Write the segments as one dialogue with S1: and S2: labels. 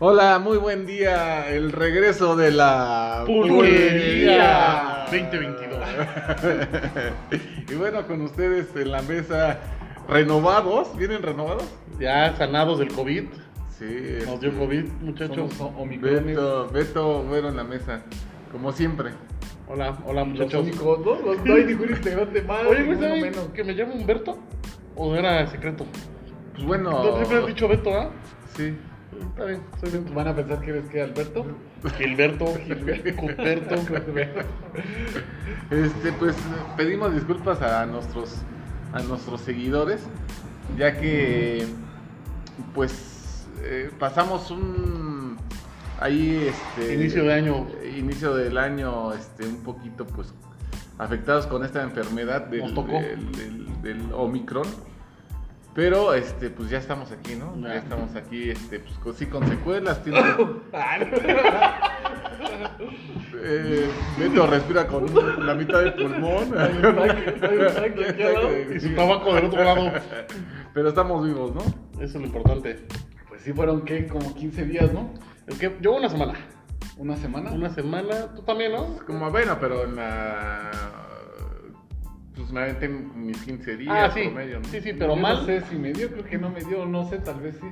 S1: Hola, muy buen día. El regreso de la
S2: Pulguería 2022.
S1: y bueno, con ustedes en la mesa renovados, vienen renovados.
S2: Ya sanados del COVID.
S1: Sí.
S2: Nos dio
S1: este,
S2: COVID, muchachos.
S3: Somos o- omicrones.
S1: Beto, Beto, bueno en la mesa, como siempre.
S2: Hola, hola,
S3: Los
S2: muchachos.
S3: únicos, ¿no? Los- no hay ningún integrante más.
S2: Oye, güey,
S3: ninguno
S2: ¿sabes
S3: menos.
S2: que me llamo Humberto? ¿O era secreto?
S1: Pues bueno.
S2: No, siempre has dicho Beto, ¿ah?
S1: Sí.
S2: Está bien, soy Beto.
S3: Van a pensar que eres que Alberto.
S2: Gilberto, Gilberto, Cumberto.
S1: Este, pues pedimos disculpas a nuestros a nuestros seguidores, ya que pues eh, pasamos un ahí este
S2: Inicio de año.
S1: inicio del año este un poquito pues afectados con esta enfermedad del,
S2: Nos tocó.
S1: del- del- del Omicron. Pero este pues ya estamos aquí, ¿no? Ya
S2: Ya.
S1: estamos aquí este pues con- sí con secuelas, tiene
S3: Ah, no.
S1: Eh, Beto respira con un- la mitad del pulmón.
S3: Hay un tanque, hay un tanque aquí al lado.
S2: Y su tabaco del otro lado. Eso
S1: Pero estamos vivos, ¿no?
S2: es lo importante.
S3: Pues sí, fueron que como 15 días, ¿no?
S2: Es que llevo una semana.
S3: Una semana.
S2: Una semana, tú también, ¿no?
S1: Como bueno, pero en la. Pues me aventé mis 15 días
S2: Ah, sí.
S1: promedio, ¿no?
S2: Sí, sí, pero
S3: Yo No
S2: mal.
S3: sé si me dio, creo que no me dio, no sé, tal vez sí.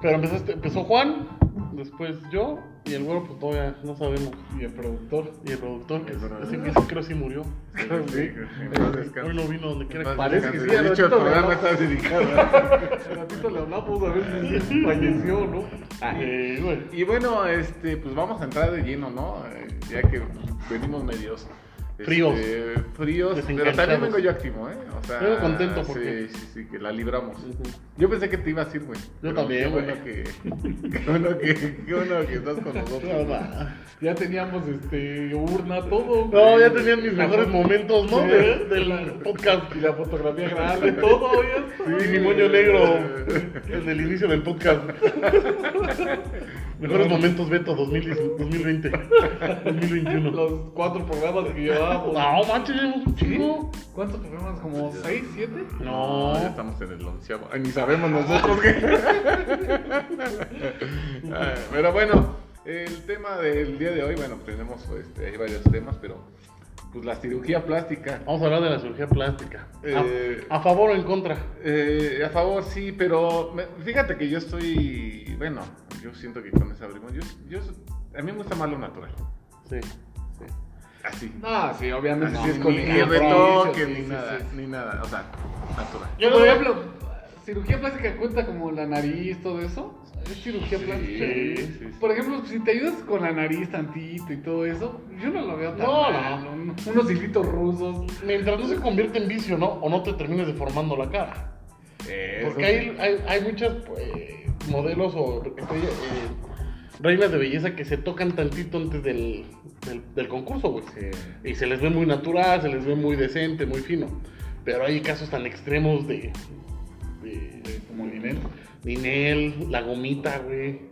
S2: Pero empezaste- empezó Juan, después yo y el güero, pues todavía no sabemos.
S3: Y el productor.
S2: Y el productor, que
S1: El
S2: es-
S1: productor.
S2: ese que sí creo sí murió.
S1: Sí, en paz descanse.
S2: Hoy no vino donde
S1: En
S2: quiera
S1: paz
S2: que
S3: Parece que
S1: descanse.
S3: sí, al
S1: De hecho, el
S3: ratito me
S1: programa
S3: lo-
S1: está dedicado.
S3: Al ratito le hablamos a ver si falleció, ¿no?
S2: Eh, güey.
S1: Y bueno, este, pues vamos a entrar de lleno, ¿no? Eh, ya que venimos medios. este,
S2: Fríos.
S1: fríos, pero también
S2: Desencanchados.
S1: vengo yo activo, ¿eh? O sea,
S2: Vengo contento
S1: sí,
S2: porque-
S1: Sí, sí, que la libramos. Yo pensé que te ibas a ir, güey. Pero
S2: también,
S1: qué
S2: güey.
S1: bueno que, qué bueno que, qué bueno que estás con nosotros. güey.
S3: Ya teníamos este urna todo.
S2: No,
S3: güey.
S2: ya tenían mis
S3: La
S2: mejores
S3: foto-
S2: momentos, ¿no?
S3: Sí.
S2: De- del podcast.
S3: Y la fotografía grande, todo, ya está.
S2: Y mi moño negro, el del inicio del podcast. Mejores momentos, Beto, 2010 2020. 2021.
S3: Los cuatro programas que llevábamos.
S2: No, manches, llevamos un chingo.
S3: ¿Cuántos programas? ¿Como
S1: Ya.
S3: seis, siete?
S2: No.
S1: ya estamos en el onceavo. Ay, ni sabemos nosotros qué. Ay, pero bueno, el tema del día de hoy, bueno, tenemos, este, hay varios temas, pero pues la cirugía plástica.
S2: Vamos a hablar de la cirugía plástica. A-
S1: Eh,
S2: a favor o en contra.
S1: Eh, a favor, sí, pero me- fíjate que yo estoy, bueno, yo siento que con esa abrimos, yo, yo, a mí me gusta más lo natural,
S2: Sí.
S1: así.
S3: No, Ah, sí, obviamente.
S1: Así
S3: sí,
S1: es, con
S3: ni
S1: ni
S3: compromiso,
S1: retoque,
S3: sí,
S1: ni
S3: sí,
S1: nada,
S3: sí.
S1: ni nada, o sea, natural.
S2: Yo
S3: Yo,
S2: no
S3: por
S2: veo-
S3: ejemplo, cirugía plástica cuenta como la nariz, todo eso. Es cirugía
S1: Sí,
S3: plástica.
S1: sí, sí.
S3: Por ejemplo, si te ayudas con la nariz tantito y todo eso, yo no lo veo tan
S2: No,
S3: mal.
S2: no.
S3: un- Unos hilitos rusos.
S2: Mientras no se convierte en vicio, ¿no? O no te termines deformando la cara.
S1: Eso
S2: Porque hay,
S1: sí.
S2: hay, hay muchas eh, modelos o eh, reinas de belleza que se tocan tantito antes del, del, del concurso, güey. Y se les ve muy natural, se les ve muy decente, muy fino. Pero hay casos tan extremos de. de
S3: Como Ninel.
S2: Ninel, la gomita, güey.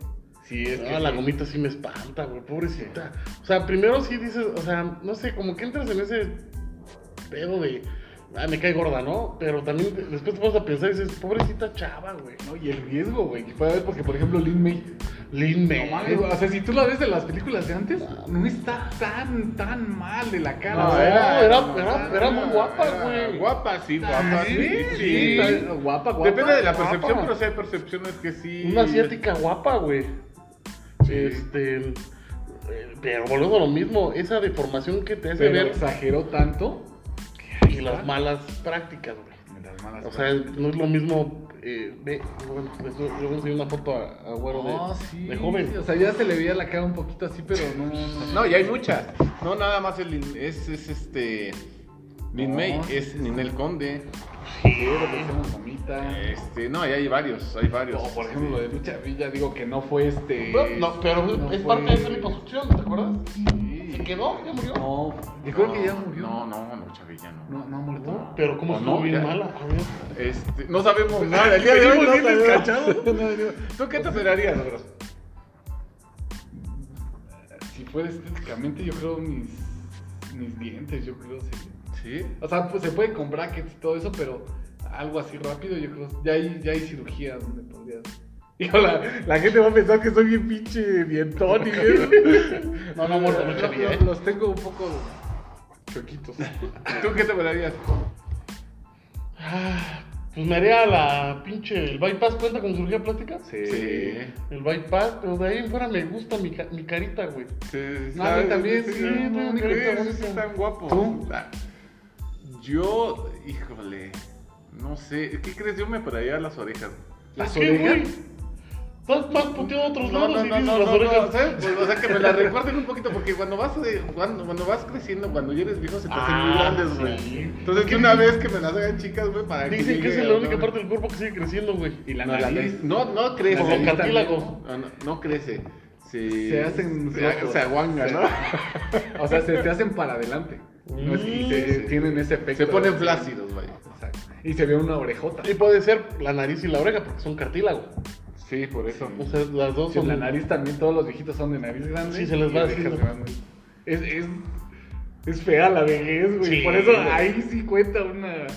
S3: Sí, es que.
S2: Ah, la
S3: sí.
S2: gomita sí me espanta, güey, pobrecita. O sea, primero sí dices, o sea, no sé, como que entras en ese pedo de, ah, me cae gorda, ¿no? Pero también te- después te vas a pensar y dices, pobrecita chava, güey.
S3: No, y el riesgo, güey, que puede haber, porque por ejemplo, Lin May.
S2: Lin
S3: No
S2: May.
S3: mames, o sea, si tú la ves de las películas de antes, no está tan, tan mal de la cara.
S2: No,
S3: o sea,
S2: era- era- era muy guapa,
S1: era
S2: güey.
S1: Guapa, sí, guapa,
S3: Sí,
S1: sí,
S3: sí,
S1: sí.
S3: está guapa, guapa,
S1: Depende de la
S3: guapa.
S1: percepción, pero sí hay percepciones que sí.
S2: Una asiática guapa, güey.
S1: Sí.
S2: Este, eh, pero volvemos a lo mismo, esa deformación que te hace
S3: pero
S2: ver
S3: exageró tanto.
S2: y las malas prácticas, güey. O
S3: O
S2: sea, no es lo mismo. Eh, ve, bueno, pues, yo yo enseñé una foto a, a Güero de,
S3: No, Ah, sí,
S2: de joven.
S3: O sea, ya se le veía la cara un poquito así, pero no.
S1: No, y hay muchas. No, nada más el, Lin- es, es este. Lin
S3: No,
S1: May,
S3: sí,
S1: es
S3: sí, Ah.
S1: Ninel Conde.
S3: hicimos mamita.
S1: Este, no, y hay varios, hay varios.
S3: O por ejemplo, lo de Lucha Villa, digo que no fue este.
S2: No, no, pero
S3: no
S2: es
S3: fue-
S2: parte de esa liposucción, ¿te acuerdas?
S3: Sí.
S2: ¿Se quedó? ¿Ya murió?
S3: No, yo
S1: No,
S3: creo que ya murió.
S1: No, no, no, Chavilla, no.
S3: No, no ha muerto.
S2: Pero como
S1: ¿O
S2: estuvo
S1: no?
S2: bien
S1: Ya.
S2: mala. A ver.
S1: Este, no sabemos nada. El día de hoy
S3: Venimos
S1: no
S3: bien
S1: sabemos.
S3: descachados.
S1: ¿Tú qué te esperarías, bro?
S3: Si fuera estéticamente, yo creo mis, mis dientes, yo creo. sí.
S1: Sí.
S3: O sea, pues se puede con brackets y todo eso, pero algo así rápido, yo creo. Ya hay, ya hay cirugía donde podrías
S1: Hijo, la, la gente va a pensar que soy bien pinche dientón y bien.
S2: No, no, muerto mucha vida, ¿eh?
S3: Los, los tengo un poco choquitos. ¿Tú qué te pararías?
S2: Ah, Pues me haría la pinche. ¿El bypass cuenta con cirugía plástica?
S1: Sí.
S2: El bypass, pero de ahí en fuera me gusta mi, ca- mi carita, güey.
S1: Sí,
S3: No, a mí
S1: ¿sabes?
S3: también, sí,
S1: no,
S2: tengo
S1: ni
S2: carita
S1: crees,
S2: bonita.
S1: sí están guapos.
S3: ¿Tú?
S1: Ah, Yo, híjole, no sé, ¿qué crees? Yo me pararía las orejas.
S3: ¿Las
S2: ¿Qué, güey?
S3: orejas?
S2: Estás más puteado a otros
S1: No,
S2: lados
S1: no,
S2: y
S1: no,
S2: tienes
S1: no,
S2: las
S1: no,
S2: orejas.
S1: no, ¿sabes? Pues, o sea, que me las recuerden un poquito, porque cuando vas, de- cuando, cuando vas creciendo, cuando ya eres viejo, se te hacen muy
S2: Ah,
S1: grandes, güey.
S2: sí.
S1: Entonces, que
S2: Es que
S1: una
S2: dicen-
S1: vez que me las hagan chicas, güey, para
S2: Dicen que
S1: llegue a
S2: esa es la
S1: otra
S2: única
S1: vez.
S2: parte del cuerpo que sigue creciendo, güey.
S3: Y la
S1: No, la
S3: nariz.
S1: nariz- no, no crece.
S2: Por los
S1: la nariz
S2: cartílagos.
S1: también. No, no, no crece. Se,
S3: Se hacen
S1: Se,
S3: flojos.
S1: se aguanga, ¿no?
S3: O sea, se te hacen para adelante. No es-
S2: Mm.
S3: y se,
S1: Sí, sí.
S3: tienen ese efecto.
S1: Se ponen
S3: de-
S1: flácidos, güey.
S3: Exacto. Y se ve una orejota.
S2: Y puede ser la nariz y la oreja porque son cartílago.
S1: Sí, por eso.
S2: O sea, las dos
S3: Si
S2: son.
S3: en la nariz también todos los viejitos son de nariz grande.
S2: Sí, se les
S3: y
S2: va
S3: orejas
S2: haciendo.
S3: grandes. Es, es, es fea la vejez, güey.
S2: Sí,
S3: Por eso
S2: güey.
S3: ahí sí cuenta una.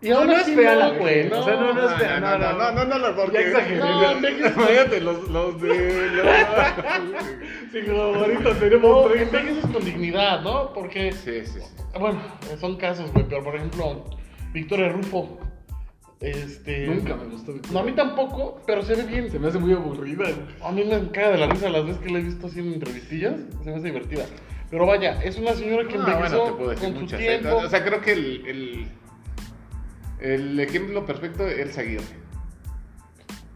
S2: Y aún
S3: No, no
S2: así
S3: es fea
S2: no,
S3: la
S2: güey,
S3: vejez.
S2: no.
S3: O sea, no, no es fea. No, no,
S1: no, no, no, no, porque...
S3: Ya exageré,
S2: no,
S1: no,
S2: no.
S1: Imagínate, los, los de... los-
S3: Sí, como ahorita tenemos
S2: No,
S3: tres.
S2: envejeces con dignidad, ¿no? Porque.
S1: Sí, sí, sí.
S2: Ah, Bueno, eh, son casos, güey, pero por ejemplo, Victoria Rufo. Este.
S3: Nunca me gustó.
S2: No, a mí tampoco, pero se ve bien.
S3: Se me hace muy aburrida.
S2: A mí me caga de la risa las veces que la he visto así en entrevistillas. Se me hace divertida. Pero vaya, es una señora
S3: Ah,
S2: que
S1: No,
S2: envejeció
S1: bueno, te puedo decir
S2: con su
S1: muchas. ¿eh?
S2: tiempo.
S1: O sea, creo que el, el, el ejemplo perfecto es Aguirre.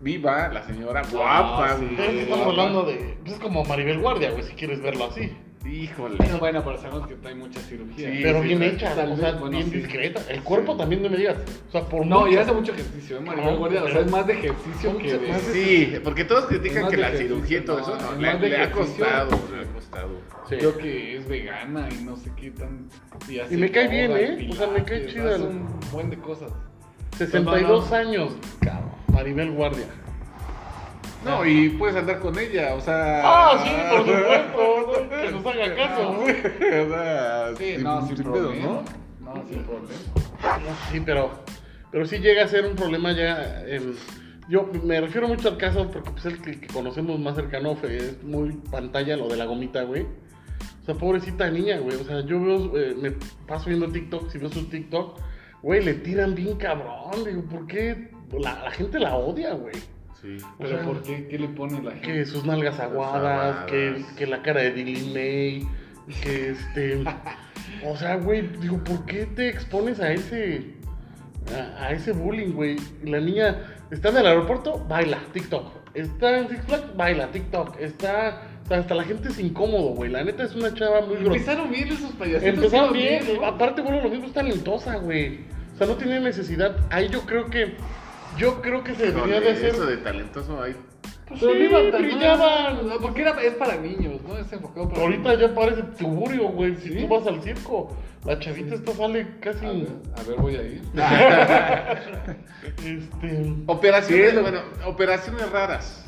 S1: Viva la señora, guapa.
S3: sí.
S2: pero es que
S1: güey,
S2: estamos
S1: guapa.
S2: hablando de. pues, es como Maribel Guardia, güey, si quieres verlo así.
S1: Híjole.
S3: Bueno, pues, bueno, pero sabemos que hay mucha cirugía.
S1: Sí,
S2: pero
S1: sí,
S2: bien
S1: sí.
S2: hecha,
S3: Tal
S2: o
S3: vez,
S2: sea,
S3: bueno,
S2: bien
S3: sí.
S2: discreta. El cuerpo
S1: Sí.
S2: también no me digas. O sea, por
S3: No, y
S2: mucho-
S3: hace mucho ejercicio, ¿eh? Maribel
S2: Cabrón,
S3: Guardia. O sea,
S2: pero-
S3: es más de ejercicio que de.
S2: Más de-
S1: Sí, porque todos critican
S3: Además
S1: que
S3: de
S1: la
S3: ejercicio,
S1: cirugía y todo
S3: no,
S1: eso, no, le,
S3: además de
S1: le ha
S3: ejercicio.
S1: costado, le ha costado.
S2: Sí.
S3: Yo que es vegana y no sé qué tan. Y, hace
S2: Y me cae bien,
S3: yoga,
S2: ¿eh? O sea, me cae
S3: pilates,
S2: chida.
S3: Hace un buen de cosas.
S2: 62
S3: No,
S2: años, cabrón. Maribel Guardia.
S1: No, y puedes andar con ella, o sea.
S2: Ah, sí, por supuesto. ¿no? Que nos haga caso.
S1: O sea,
S3: Sí,
S2: pues,
S3: no, sin,
S1: pedos,
S3: problema. ¿no? sin problema.
S2: No, Sí, pero, pero sí llega a ser un problema ya. em, yo me refiero mucho al caso porque pues, el que, que conocemos más cercano fue, es muy pantalla lo de la gomita, güey. O sea, pobrecita niña, güey. O sea, yo veo, eh, me paso viendo TikTok, si veo su TikTok, güey, le tiran bien cabrón. Digo, ¿por qué? La, la gente la odia, güey.
S1: Sí.
S3: Pero
S2: Ajá.
S3: ¿por qué? ¿Qué le pone la gente?
S2: Que sus nalgas aguadas,
S1: aguadas.
S2: que, que la cara de Dylan May, que este. o sea, güey, digo, ¿por qué te expones a ese. a, a ese bullying, güey? La niña está en el aeropuerto, baila, TikTok. Está en Six Flags, baila, TikTok. Está. O sea, hasta la gente es incómodo, güey. La neta es una chava muy grosera.
S3: Empezaron bien esos payasitos.
S2: Empezaron
S3: sí,
S2: bien,
S3: ¿no?
S2: aparte, bueno, lo mismo es talentosa, güey. O sea, no tiene necesidad. Ahí yo creo que. Yo creo que se debería de hacer.
S1: Eso de talentoso hay.
S2: Pues
S3: Pero
S2: sí,
S3: no iban tan mal.
S2: brillaban.
S3: No, porque era, es para niños, ¿no? Es enfocado para
S2: Ahorita ya parece tuburio, güey. Si
S3: ¿Sí?
S2: tú vas al circo, la chavita esta sale casi.
S3: A ver, a ver, voy a ir.
S2: Este.
S1: Operaciones,
S3: Sí, lo-
S1: bueno, operaciones raras.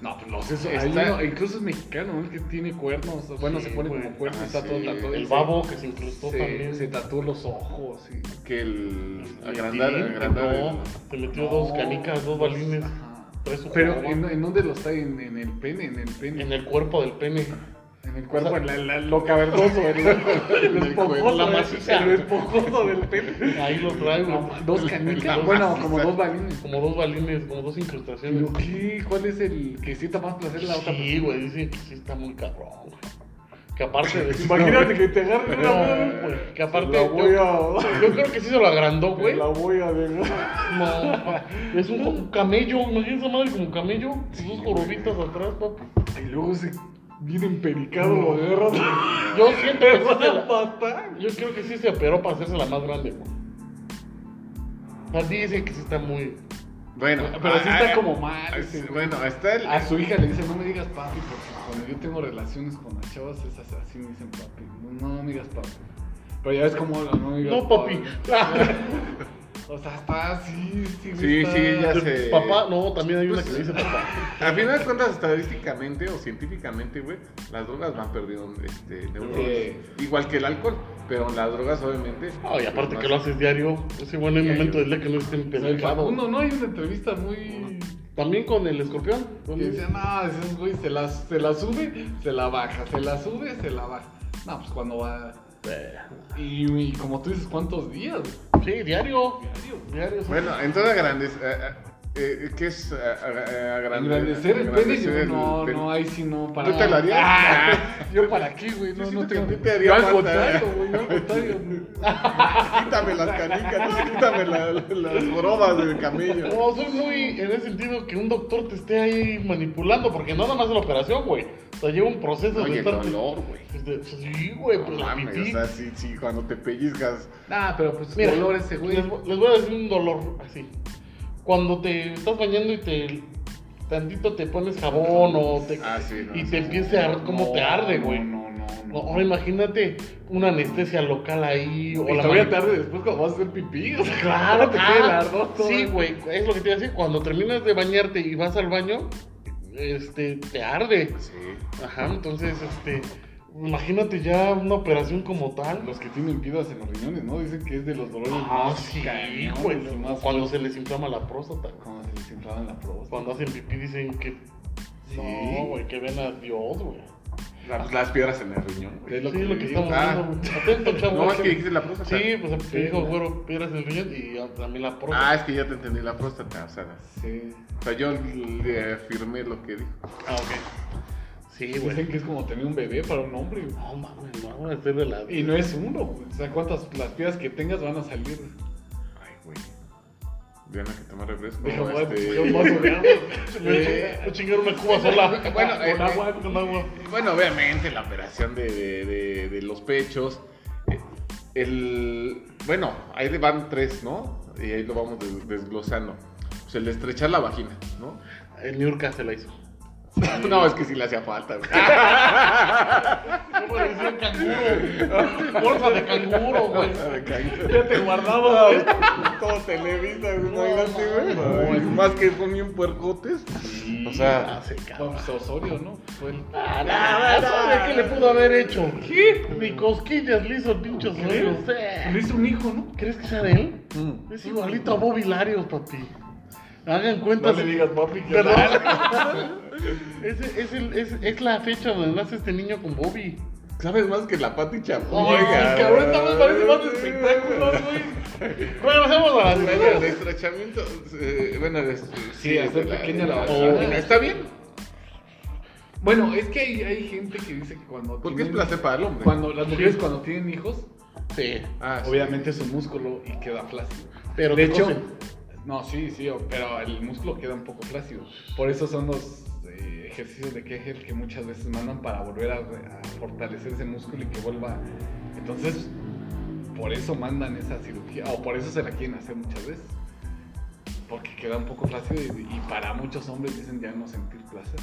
S3: No, pues no sé eso.
S1: Está-
S3: hay uno- incluso es mexicano, el que tiene cuernos. Bueno,
S2: Sí,
S3: se pone
S2: güey.
S3: como cuernos,
S1: Ah,
S3: está todo
S1: sí.
S3: tatuado.
S2: El
S3: Sí.
S2: babo que se incrustó
S3: se,
S2: también.
S3: se tatuó los ojos. sí.
S1: Que el.
S2: El
S1: Agrandar,
S2: tilín,
S1: agrandar.
S2: No,
S1: el-
S2: se metió dos
S3: No,
S2: canicas, dos
S3: pues,
S2: balines.
S3: ajá.
S2: Tres su
S3: Pero
S2: joroba.
S3: ¿en, en dónde lo está? ¿En, en el pene, en el pene.
S2: En el cuerpo del pene.
S3: En el cuerpo,
S2: o sea,
S3: en la, la- lo cavernoso, en el, el
S1: En el cuerpo,
S3: esponjoso,
S2: la
S3: el-
S2: maciza.
S3: el esponjoso del pene.
S2: Ahí lo trae, güey.
S3: Dos
S1: La
S3: canicas, bueno,
S1: maciza.
S3: como dos balines.
S2: Como dos balines, como dos incrustaciones.
S3: Pero, ¿qué? ¿Cuál es el que sienta más placer la otra
S2: Sí,
S3: persona?
S2: güey, dicen que sí está muy cabrón, güey. Que aparte de.
S3: Imagínate que te agarre una
S2: No,
S3: mano.
S2: güey, Pues, que
S3: Se
S2: aparte.
S3: la voy
S2: Yo,
S3: a...
S2: yo creo que sí se lo agrandó,
S3: se
S2: güey.
S3: la voy a dejar.
S2: No, es un, un camello, imagínate esa madre como camello, sus dos jorobitas atrás, papi.
S3: Y luego se viene empericado, lo agarra.
S2: Yo siento que sí se la-
S3: Papá.
S2: yo creo que sí se operó para hacerse la más grande, güey. O sea, dice que sí está muy.
S1: Bueno,
S3: Pero sí está
S1: ah,
S3: como
S1: ah,
S3: mal,
S1: ah,
S3: ese,
S1: Bueno, está el.
S3: A su hija le dice, no me digas papi, porque cuando yo tengo relaciones con las chavas, es así, así me dicen papi. No, no me digas papi. Pero ya ves cómo hablan, no me digas
S2: No, papi.
S3: O sea, está así, sí,
S1: Sí,
S3: está-
S1: sí, ya sé.
S2: Papá, no, también hay una que le dice papá.
S1: A final de cuentas, estadísticamente o científicamente, güey, las drogas van perdiendo este, neuronas.
S3: Sí.
S1: Igual que el alcohol, pero las drogas, obviamente.
S2: Ay, aparte
S1: pues, más-
S2: que lo haces diario, ese bueno hay
S1: Diario.
S2: momentos del día que no estén
S3: O sea, el
S2: pensados.
S3: Facundo, ¿no? Hay una entrevista muy
S2: También con el escorpión. con-
S3: Y decía, no, ese güey se la, se la sube, se la baja, se la sube, se la baja. No, pues cuando va.
S2: Eh,
S3: Y, y como tú dices, ¿cuántos días?
S2: Sí, diario.
S3: Diario.
S2: Diario. sí.
S1: Bueno, entonces agrandes, eh, eh, eh, ¿qué es eh, agra- eh, agrande-
S3: Agradecer el pene,
S1: agradecer
S3: yo
S1: el
S3: no,
S1: pene?
S3: no, ahí sí no para.
S1: ¿Tú te lo harías?
S2: Ah.
S3: Yo para qué, güey, no,
S1: Yo siento
S3: no
S1: que
S3: tengo.
S1: a ti te haría
S3: Yo al
S1: falta.
S3: contrario, güey, yo al contrario.
S1: Quítame las canicas, quítame la- las bromas del camello.
S2: No, soy muy en ese sentido que un doctor te esté ahí manipulando, porque no nada más es la operación, güey. O sea, lleva un proceso
S1: Oye,
S2: de
S1: el
S2: estarte- Pues,
S1: dolor, güey.
S2: De- Sí, güey,
S1: No
S2: pues la
S1: mames,
S2: pipí.
S1: o sea, sí, sí, cuando te pellizcas.
S3: Nah, pero pues
S2: Mira,
S3: dolor ese, güey.
S2: Les, vo- les voy a decir un dolor así. Cuando te estás bañando y te tantito te pones jabón o te,
S1: Ah, sí, no,
S2: y
S1: sí,
S2: te
S1: sí.
S2: empieza a arder cómo
S3: No,
S2: te arde, güey.
S3: No, no, no.
S2: No, ahora imagínate una anestesia local ahí o
S3: Y
S2: la
S3: todavía
S2: mani-
S3: tarde después cuando vas a hacer pipí. O sea,
S2: Claro,
S3: te
S2: ah,
S3: queda el ardor todo.
S2: Sí, güey, es lo que te iba a decir. Cuando terminas de bañarte y vas al baño, este, te arde.
S1: Sí.
S2: Ajá, entonces, este, imagínate ya una operación como tal.
S3: Los que tienen piedras en los riñones, ¿no? Dicen que es de los dolores
S2: Ah,
S3: más
S2: sí,
S3: cañones
S2: güey.
S3: y más
S2: Cuando se
S3: fuertes.
S2: les inflama la próstata.
S3: Cuando se les inflaban la próstata.
S2: Cuando hacen pipí dicen que...
S3: Sí.
S2: No, güey, que ven a Dios, güey.
S1: La- Las piedras en el riñón, güey.
S3: Es lo
S2: sí,
S3: que
S2: es lo que
S3: digo.
S2: estamos
S1: Ah.
S2: viendo, güey. Atento, chavo.
S1: No, es que dijiste la próstata.
S2: Sí, pues
S3: Sí,
S2: te dijo,
S3: güey.
S2: güero, piedras en el riñón y a- también la próstata.
S1: Ah, es que ya te entendí, la próstata, o sea, las-
S3: Sí.
S1: o sea, yo le afirmé lo que dijo.
S2: Ah, ok. Sí, güey.
S3: Dicen que es como tener un bebé para un hombre. güey.
S2: No mames, no, güey, estoy de la...
S3: Y no es uno. güey. O sea, cuántas las piedras que tengas van a salir.
S1: Ay, güey. Diana, que tomar refresco.
S3: Deja, voy a
S1: este-
S3: poner un vaso de agua.
S2: Voy a chingar- voy a chingar una cuba sola.
S1: Bueno,
S2: con
S1: eh,
S2: agua, con agua.
S1: Bueno, obviamente la operación de, de- de- de los pechos. eh, El, bueno, ahí le van tres, ¿no? Y ahí lo vamos des- desglosando. Pues el de estrechar la vagina, ¿no?
S2: El Niurka se la hizo.
S1: No, es que sí le hacía falta. güey. Ah,
S2: ¿Cómo le decían canguro? Bolsa de canguro, güey.
S3: Ya te guardaba. güey.
S1: Todo Televisa, güey,
S2: No,
S1: imagínate, güey.
S3: no,
S1: Ay, Más que son bien puercotes. O sea,
S2: Ah, se cabrón.
S3: Bueno, pues, Osorio, ¿no? Fue el...
S2: Ah, nada, ¿sabe qué le pudo haber hecho? ¿Qué? Ni cosquillas le hizo pinchos
S3: ¿Crees?
S2: oídos.
S3: Le hizo un hijo, ¿no?
S2: ¿Crees que sea de él?
S1: Mm.
S2: Es igualito a Bob Hilarios, papi. Hagan cuentas.
S3: papi
S2: Perdón. es, es, el- es, es la fecha donde nace este niño con Bobby.
S1: sabes más que la Pati Chapoy.
S2: Oye,
S1: güey.
S3: cabrón, esta vez parece más de espectáculos, güey.
S2: Regresemos a las
S1: Bueno, el
S2: noticias.
S1: estrechamiento. eh, bueno, el est-
S3: Sí, hacer pequeña la
S2: vagina.
S1: Está bien.
S3: Bueno, es que hay, hay gente que dice que cuando.
S1: Porque es
S3: tienen-
S1: placer para el hombre.
S3: Cuando las mujeres cuando tienen hijos,
S2: Sí.
S1: Ah, sí.
S3: obviamente su músculo y queda flácido.
S2: Pero
S3: de
S2: te
S3: hecho,
S2: cosen.
S3: no, sí, sí, o- pero el músculo queda un poco flácido. Por eso son los eh, ejercicios de Kegel que muchas veces mandan para volver a, re- a fortalecer ese músculo y que vuelva. Entonces, por eso mandan esa cirugía, o por eso se la quieren hacer muchas veces. Porque queda un poco flácido y, y para muchos hombres dicen ya no sentir placer.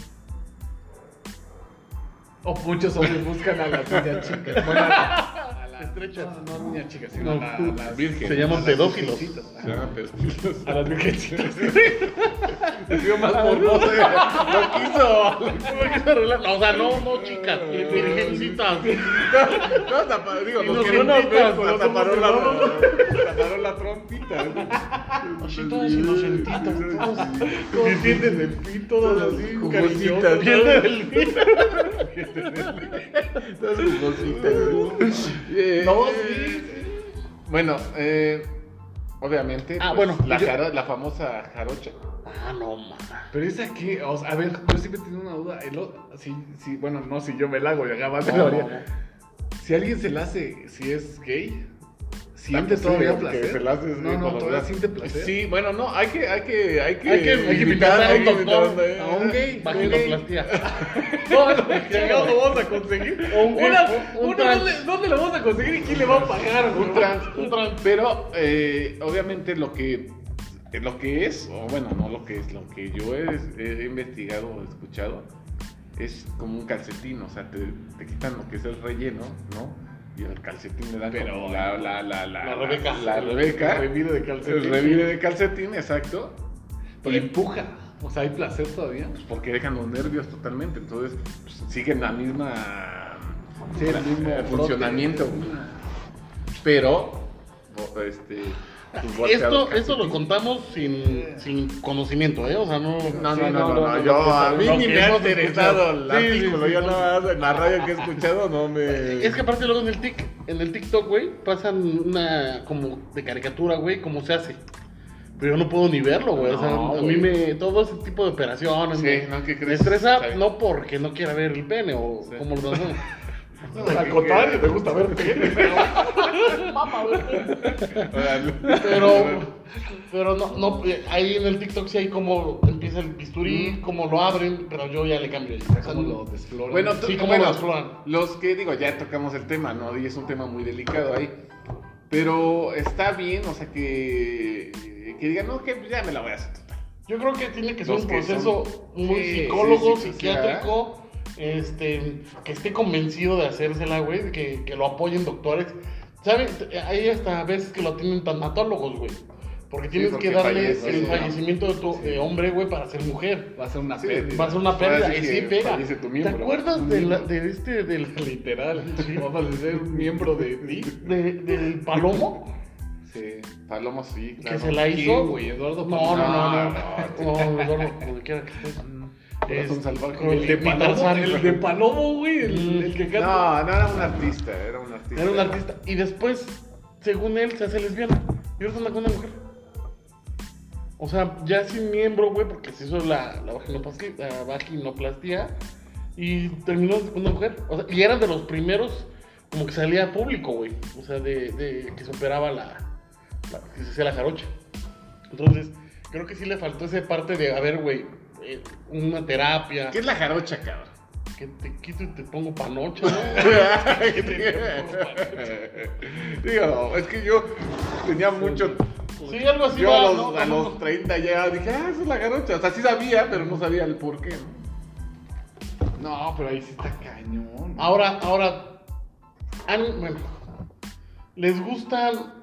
S3: O muchos hombres buscan a las niñas chicas. Bueno, a la- a las
S2: Estrechas.
S3: No, no niñas chicas, sino
S2: No,
S3: a,
S2: tú.
S3: las
S1: Virgen.
S2: Se llaman pedófilos.
S1: Se llama pedófilos.
S3: a las virgencitas.
S1: Se vio más morboso. Lo quiso.
S2: No, o sea, no, no,
S1: Ah.
S2: eh, chicas. Virgencitas.
S1: No, tapa- digo,
S2: Y
S1: los
S2: nos
S1: que
S2: invitan,
S1: invitan,
S2: pero
S1: hasta
S2: somos
S1: paró la,
S2: hermanos.
S1: taparó la trompita.
S2: Así todos inocentitos, todos-
S1: Que tienden del pito, todos así, cariñositas.
S2: Pierde del
S1: Todas jugositas. Eh,
S3: No,
S1: eh,
S3: sí.
S1: Bueno, eh, obviamente,
S2: Ah,
S1: pues,
S2: bueno,
S1: la,
S2: yo-
S1: jaro- la famosa jarocha.
S2: Ah, no, mames.
S3: Pero es aquí, o sea, a ver, yo siempre tengo una duda. El o- si, si, bueno, no, si yo me la hago, yo jamás me la haría. Si alguien se la hace, si es gay, siente
S1: Sí,
S3: todavía
S1: porque
S3: placer.
S1: se la haces,
S3: no,
S1: sí, por
S3: no,
S1: los
S3: todavía
S1: lados.
S3: siente placer.
S1: Sí, bueno, no, hay que, hay que, hay que,
S2: Hay que, hay que invitar a un doctor,
S1: a
S2: a
S1: un
S2: un
S1: gay,
S2: Vaginoplastia.
S3: No, no, chingado, lo vamos a conseguir.
S2: O un gay,
S3: Una-
S2: un- un
S3: una,
S2: trans.
S3: ¿dónde, dónde lo vamos a conseguir y quién le va a pagar?
S1: un
S3: güey?
S1: trans, un trans. Pero eh, obviamente lo que, lo que es, o bueno, no lo que es, lo que yo he, he investigado o escuchado es como un calcetín, o sea, te, te quitan lo que es el relleno, ¿no? Y el calcetín le dan
S3: Pero-
S1: como la, la, la, la,
S2: La Rebeca.
S1: la Rebeca,
S3: El revire de calcetín.
S1: el revire de calcetín, exacto. pues,
S3: Pero empuja. O sea, hay placer todavía.
S1: porque dejan los nervios totalmente, entonces pues, siguen la misma
S3: Sí, el mismo
S1: eh,
S3: frote.
S1: funcionamiento. güey. Pero bo- este, sus
S2: Esto,
S1: volteados
S2: esto lo
S1: calcetines.
S2: contamos sin, sin conocimiento, ¿eh? O sea, no.
S1: No,
S4: Sí,
S1: no, no,
S4: no,
S1: no,
S4: no,
S1: no,
S4: no,
S1: yo
S4: no,
S1: a mí
S2: no,
S1: ni
S2: que
S1: me ha
S2: hemos
S1: interesado el
S2: escuchado. Sí, sí,
S1: artículo,
S2: sí,
S1: yo
S2: sí.
S1: nada más en la radio que he escuchado no me...
S2: Es que aparte luego en el tic, en el TikTok, güey, pasan una como de caricatura, güey, cómo se hace. Pero yo no puedo ni verlo, güey. o sea,
S1: No,
S2: a
S1: güey.
S2: mí me todo ese tipo de operaciones
S1: Sí,
S2: me,
S1: ¿no? ¿Qué
S2: me
S1: crees?
S2: estresa
S1: Sí.
S2: no porque no quiera ver el pene o como lo hacen.
S3: Al contrario, te gusta ver pene, pero-
S1: Órale.
S2: Pero pero no no eh, ahí en el TikTok sí hay como empieza el bisturí, cómo lo abren, pero yo ya le cambio. O sea,
S3: ¿Cómo
S2: no-
S3: lo desfloran?
S1: Bueno, tú-
S2: Sí, ¿cómo
S1: bueno,
S2: lo exploran?
S1: los que digo, ya tocamos el tema, ¿no? Y es un tema muy delicado ahí. Pero está bien, o sea, que, que digan, no, que ya me la voy a hacer.
S2: Yo creo que tiene que ser
S1: Los
S2: un
S1: que son-
S2: proceso muy
S1: Sí,
S2: psicólogo,
S1: sí, sí, sí,
S2: psiquiátrico, este, que esté convencido de hacérsela, güey, que, que lo apoyen doctores. ¿Saben? Hay hasta veces que lo tienen tanatólogos, güey. Porque tienes
S1: porque
S2: que darle
S1: fallece,
S2: el
S1: ¿no?
S2: fallecimiento de tu eh, hombre, güey, para ser mujer.
S3: Va a ser una
S1: Sí,
S3: pérdida.
S2: Va a ser una
S1: Ahora
S2: pérdida,
S1: sí
S2: y
S1: que
S2: sí pega.
S1: fallece tu
S2: ¿Te
S1: miembro.
S2: acuerdas de, la- de este, del,
S3: Literal. Vamos a ser un miembro de ti.
S2: de- del palomo?
S1: Sí, Palomo sí,
S2: Pues Que
S1: claro.
S2: se la
S3: ¿Quién,
S2: hizo.
S3: güey? ¿Eduardo Ah,
S2: No, no, no, no.
S1: Palomo?
S2: No, Eduardo, donde quiera que estés.
S1: Corazón salvaje.
S2: con
S3: El de
S2: mi
S3: Palomo,
S2: Tarzán.
S3: el de Palomo, güey. El, el que canta.
S1: No, no era un artista, era un artista.
S2: Era un artista. Y después, según él, se hace lesbiana. Y ahora anda con una mujer. O sea, ya sin miembro, güey, porque se hizo la, la, vaginoplastia, la vaginoplastia. Y terminó con una mujer. O sea, y eran de los primeros, como que salía a público, güey. O sea, de, de que se operaba la, la- que se hacía la jarocha. Entonces, creo que sí le faltó esa parte de, a ver, güey, eh, una terapia.
S1: ¿Qué es la jarocha, cabrón?
S2: Que te quito y te pongo panocha, ¿no?
S1: Digo, es que yo tenía mucho.
S2: Sí, algo así
S1: Yo
S2: va,
S1: a los,
S2: ¿no?
S1: a los 30 ya dije, ah, esa es la garocha. O sea, sí sabía, pero no sabía el por qué. ¿no?
S3: No, pero ahí sí está cañón.
S2: Ahora, ahora, han- bueno, ¿les gustan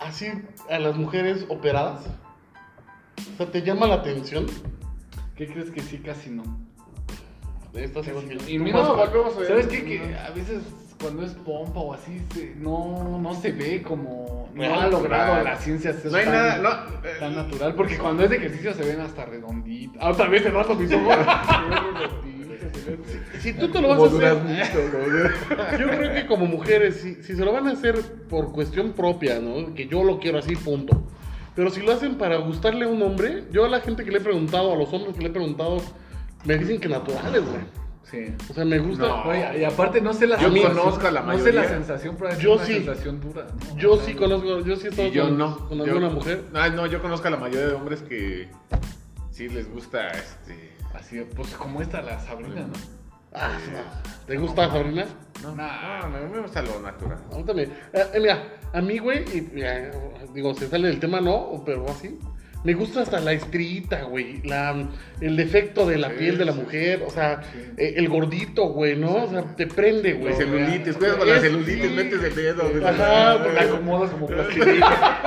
S2: así a las mujeres operadas? O sea, ¿te llama la atención?
S3: ¿Qué crees que sí, casi no?
S2: Estás igual que yo.
S3: Y
S1: vas,
S3: mira,
S1: Paco, vas a ver.
S3: ¿sabes qué? Que a veces cuando es pompa o así, se- no, no se ve como. No
S2: Real,
S3: ha logrado
S1: real.
S3: la ciencia hacer
S1: No hay
S3: tan-
S1: nada, no. eh,
S3: Tan natural, porque cuando es de ejercicio se ven hasta redonditos. Ah, otra vez el rato mis ojos.
S2: Si tú te lo vas
S1: como
S2: a hacer,
S1: duraznito, como-
S2: yo creo que como mujeres, si, si se lo van a hacer por cuestión propia, ¿no? Que yo lo quiero así, punto. Pero si lo hacen para gustarle a un hombre, yo a la gente que le he preguntado, a los hombres que le he preguntado, me dicen que naturales, güey.
S3: Sí.
S2: O sea, me gusta.
S1: No,
S3: Oye, y aparte no sé la
S1: Yo
S3: sensación-
S1: conozco a la
S3: No sé la
S1: mayoría.
S3: sensación, pero es
S2: Yo
S3: una
S2: sí.
S3: sensación dura. ¿no?
S2: Yo sí conozco, yo sí he estado
S1: Y yo
S2: con,
S1: no.
S2: con
S1: Yo-
S2: alguna mujer.
S1: Ah, no, yo conozco a la mayoría de hombres que sí les gusta este.
S3: Así, pues como esta, la Sabrina, ¿no?
S2: Ah, no. ¿Te gusta, Sabrina?
S1: No, no, no, me gusta lo natural.
S2: A mí también. Eh, eh, mira, a mí, güey, y, mira, digo, se sale del tema, ¿no? Pero así. Me gusta hasta la estrellita, güey. La, el defecto de la
S1: Sí,
S2: piel de la
S1: sí.
S2: mujer. O sea, eh, el gordito, güey, ¿no? O sea, te prende, güey.
S1: La celulitis, cuidado con la
S2: Es-
S1: celulitis, metes de dedo. Eh, de-
S2: Ajá,
S3: Ah, Porque la acomodas como plastilina.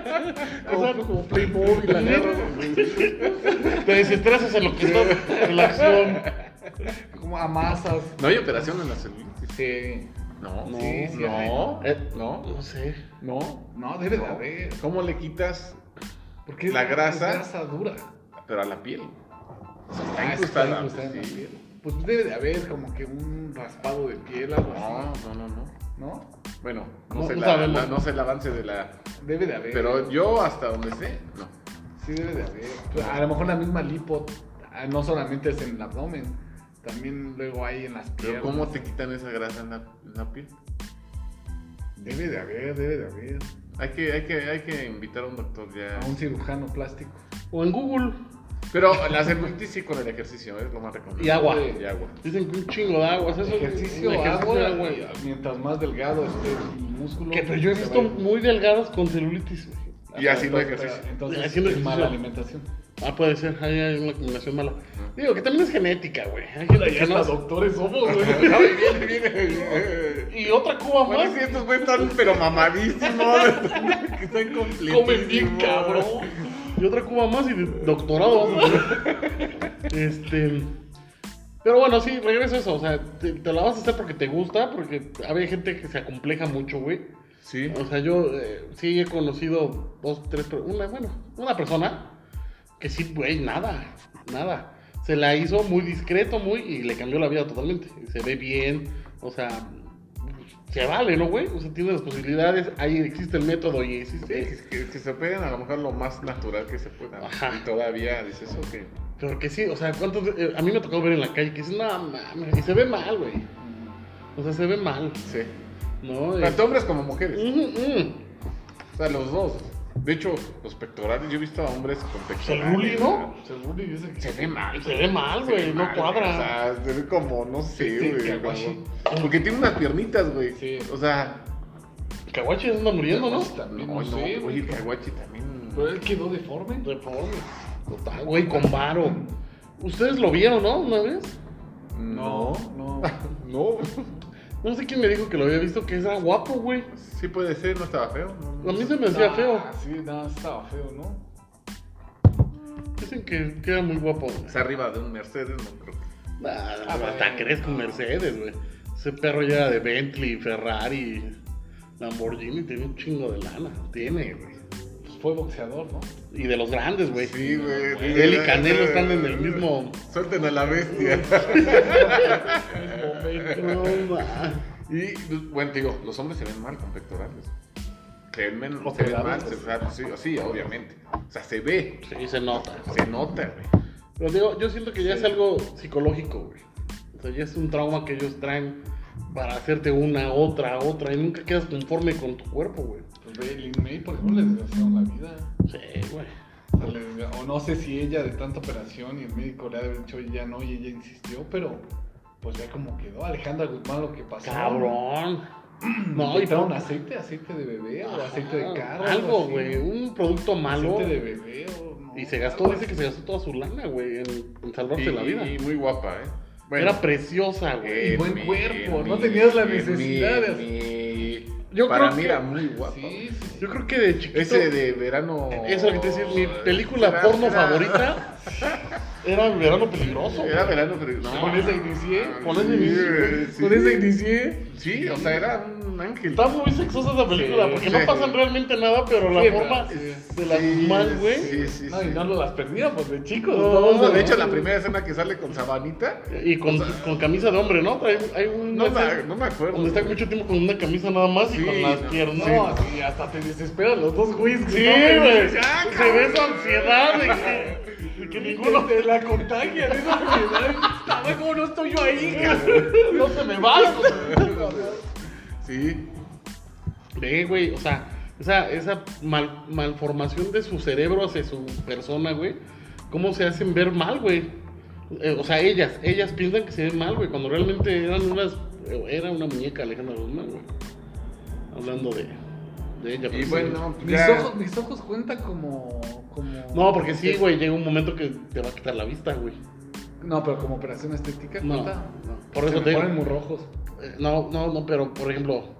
S2: Exacto.
S3: como Playmobil, la agarras.
S2: Te desestresas en lo que estás en la acción.
S3: Como amasas.
S1: No hay operación en la celulitis.
S3: Sí.
S1: No,
S2: No,
S1: sí, sí, no,
S3: no,
S2: eh,
S1: no,
S2: No sé.
S1: no.
S3: No, debe de haber.
S1: ¿Cómo le quitas,
S3: Porque es
S1: La grasa.
S3: es grasa dura.
S1: pero a la piel? O sea,
S3: Ah,
S1: está
S3: está
S1: incrustada.
S3: incrustada en
S1: pues,
S3: la
S1: sí.
S3: piel. Pues debe de haber como que un raspado de piel, algo
S1: No,
S3: así.
S1: Ah, no, no, no.
S3: ¿No?
S1: Bueno, no,
S2: No,
S1: sé
S2: no
S1: la-
S2: sabemos.
S1: la- no sé el avance de la...
S3: Debe de haber.
S1: Pero yo hasta donde sé, no.
S3: Sí, debe de haber. Pues, A lo mejor la misma lipo, ah, no solamente es en el abdomen, también luego hay en las
S1: Pero
S3: piernas.
S1: ¿cómo te quitan esa grasa en la, en la piel?
S3: Debe de haber, debe de haber.
S1: Hay que, hay, que, hay que invitar a un doctor ya.
S3: A Ah, un cirujano plástico.
S2: O en Google.
S1: Pero la celulitis sí con el ejercicio, es lo más recomendable.
S2: Y agua.
S1: Y agua.
S2: Dicen que un chingo de agua. o sea, eso es un
S3: Ejercicio, agua, y mientras más delgado esté el músculo.
S2: Que, pero yo he
S3: se
S2: visto
S3: va a ir-
S2: muy delgadas con celulitis, güey.
S1: Y haciendo
S3: entonces,
S1: ejercicio.
S3: Entonces,
S2: Y haciendo
S3: es mala
S2: ejercicio.
S3: alimentación.
S2: Ah, puede ser, ahí hay una combinación mala. Digo, que también es genética, güey. Hay gente
S3: Ya
S2: que no-
S3: hasta doctores somos, güey.
S1: No, y viene, viene.
S2: Y otra cuba
S1: Bueno,
S2: más.
S1: sí, estos güeyes están pero mamadísimos. que están completísimos.
S3: Comen bien, cabrón.
S2: Y otra cuba más y de- doctorado. este. Pero bueno, sí, regreso a eso. O sea, te, te la vas a hacer porque te gusta, porque había gente que se acompleja mucho, güey.
S1: Sí.
S2: O sea, yo eh, sí he conocido dos, tres, per- una, bueno, una persona que sí, güey, nada, nada. Se la hizo muy discreto, muy, y le cambió la vida totalmente. Y se ve bien, o sea, se vale, ¿no, güey? O sea, tiene las posibilidades, ahí existe el método y existe.
S1: Que, que se operen a lo mejor lo más natural que se pueda.
S2: Ajá.
S1: Y todavía dices, ok.
S2: Pero que sí, o sea, ¿cuántos, eh, a mí me tocó ver en la calle que dices, no mames, y se ve mal, güey. O sea, se ve mal,
S1: Sí.
S2: ¿no?
S1: Tanto hombres como mujeres.
S2: Mm, mm.
S1: O sea, los dos. De hecho, los pectorales, yo he visto a hombres con pectorales.
S2: El bully, ¿no?
S1: O sea, el bully dice que se ve mal.
S2: Se ve mal,
S1: se ve
S2: güey, no
S1: mal,
S2: cuadra.
S1: O sea, se ve como, no sé,
S3: Sí,
S1: güey.
S3: kawashi.
S1: como- Porque tiene unas piernitas, güey.
S3: Sí.
S1: O sea,
S2: Kawachi anda muriendo, ¿no?
S3: Kawachi También,
S1: no,
S3: no
S1: no,
S3: sé,
S1: Oye,
S3: güey.
S1: el caguachi también.
S3: Pero él quedó deforme.
S2: Reforme. Total, güey, con varo. Ustedes lo vieron, ¿no? ¿Una vez?
S1: No.
S3: no.
S1: No.
S2: No sé quién me dijo que lo había visto, que era guapo, güey.
S1: Sí puede ser, no estaba feo. no, no
S2: A mí
S1: sé.
S2: se me hacía
S3: Ah,
S2: feo.
S3: Sí, no, estaba feo, ¿no?
S2: Dicen que, que era muy guapo.
S1: O sea, arriba de un Mercedes, no creo. que-
S2: Ah,
S3: Ah,
S2: hasta
S3: bueno.
S2: crees con Mercedes, güey. Ese perro ya era de Bentley, Ferrari, Lamborghini, tiene un chingo de lana. Tiene, güey.
S3: Pues fue boxeador, ¿no?
S2: Y de los grandes, güey.
S1: Sí, güey.
S2: Güey, él y Canelo están en el mismo-
S1: Suelten a la bestia.
S2: No, ma.
S1: Y, pues, bueno, te digo, los hombres se ven mal con pectorales. Se ven, men-
S3: Los
S1: se ven mal,
S3: pectorales.
S1: se, o sea, sí, sí, obviamente. O sea, se ve,
S2: Sí, se nota.
S1: se nota, güey.
S2: Pero digo, yo siento que ya
S3: Sí.
S2: es algo psicológico, güey. O sea, ya es un trauma que ellos traen para hacerte una, otra, otra. Y nunca quedas conforme con tu cuerpo, güey.
S3: Pues ve, Lin May, por ejemplo, le desgastaron la vida.
S2: Sí, güey.
S3: O, sea, le desga- o no sé si ella de tanta operación y el médico le ha dicho ya no y ella insistió, pero pues ya como quedó. Alejandra Guzmán lo que pasó.
S2: Cabrón.
S3: No,
S2: No, y
S3: un aceite, aceite de bebé o
S2: Ajá,
S3: ah, aceite de carro.
S2: Algo,
S3: así.
S2: güey. Un producto malo.
S3: Aceite de bebé o no.
S2: Y se gastó,
S3: algo
S2: dice que
S3: así.
S2: se gastó toda su lana, güey, en, en salvarse
S1: Y,
S2: la vida.
S1: y muy guapa, ¿eh?
S2: Era preciosa, güey.
S3: Eh,
S1: en
S3: buen
S1: mi-
S3: cuerpo,
S1: en
S3: no
S1: mi-
S3: tenías la
S1: en mi-
S3: necesidad de-
S1: en mi-
S2: Yo
S1: Para
S2: creo
S1: mí
S2: que-
S1: era muy guapa.
S3: Sí,
S1: güey.
S3: sí, sí.
S2: Yo creo que de chiquito.
S1: Ese de verano. eh,
S2: Eso lo que te decía, mi película
S1: Era-
S2: porno
S1: era-
S2: favorita era Verano Peligroso.
S1: Era
S2: güey.
S1: verano, pero. No,
S2: Con esa
S3: inicié,
S2: con esa inicié,
S1: Sí,
S3: Con eso
S1: sí.
S3: inicié.
S1: Sí, o sea, era un ángel.
S2: Está muy sexosa esa película,
S3: Sí,
S2: porque
S1: sí.
S2: no pasan realmente nada, pero la
S3: Sí,
S2: forma
S3: sí.
S2: de la mal, güey.
S1: Sí, sí,
S3: No,
S1: sí.
S3: y no las
S2: pues,
S3: perdíamos de chicos.
S1: No,
S3: ¿no?
S1: de hecho, la primera escena que sale con Sabanita.
S2: Y con, con camisa de hombre, ¿no? Hay, hay un.
S1: No, me- no me acuerdo.
S2: Donde está
S1: güey.
S2: mucho tiempo con una camisa nada más y
S1: Sí,
S2: con las
S1: no,
S2: piernas.
S3: No, así hasta te desesperan los dos güeyes. que
S2: Sí,
S3: estaban
S2: güey.
S3: ahí.
S1: ya,
S2: Se ve esa
S1: cabrón.
S2: ansiedad de que, de que ninguno
S3: Ninguno te la contagia, esa enfermedad. ¿Cómo no estoy yo ahí?
S2: no se me va.
S1: Sí.
S2: Sí, güey, o sea, esa, esa mal- malformación de su cerebro hacia su persona, güey, ¿cómo se hacen ver mal, güey? Eh, o sea, ellas, ellas piensan que se ven mal, güey, cuando realmente eran unas, era una muñeca Alejandra Guzmán, güey. Hablando de, de ella.
S1: Y
S2: pues,
S1: bueno,
S3: Mis
S1: ya-
S3: ojos, mis ojos cuentan como, como.
S2: No, porque sí, güey, llega un momento que te va a quitar la vista, güey.
S3: No, pero como operación estética
S2: No,
S3: cuenta.
S2: no, por eso
S3: Se me
S2: te digo.
S3: ponen muy rojos.
S2: Eh, No, no, no, pero por ejemplo,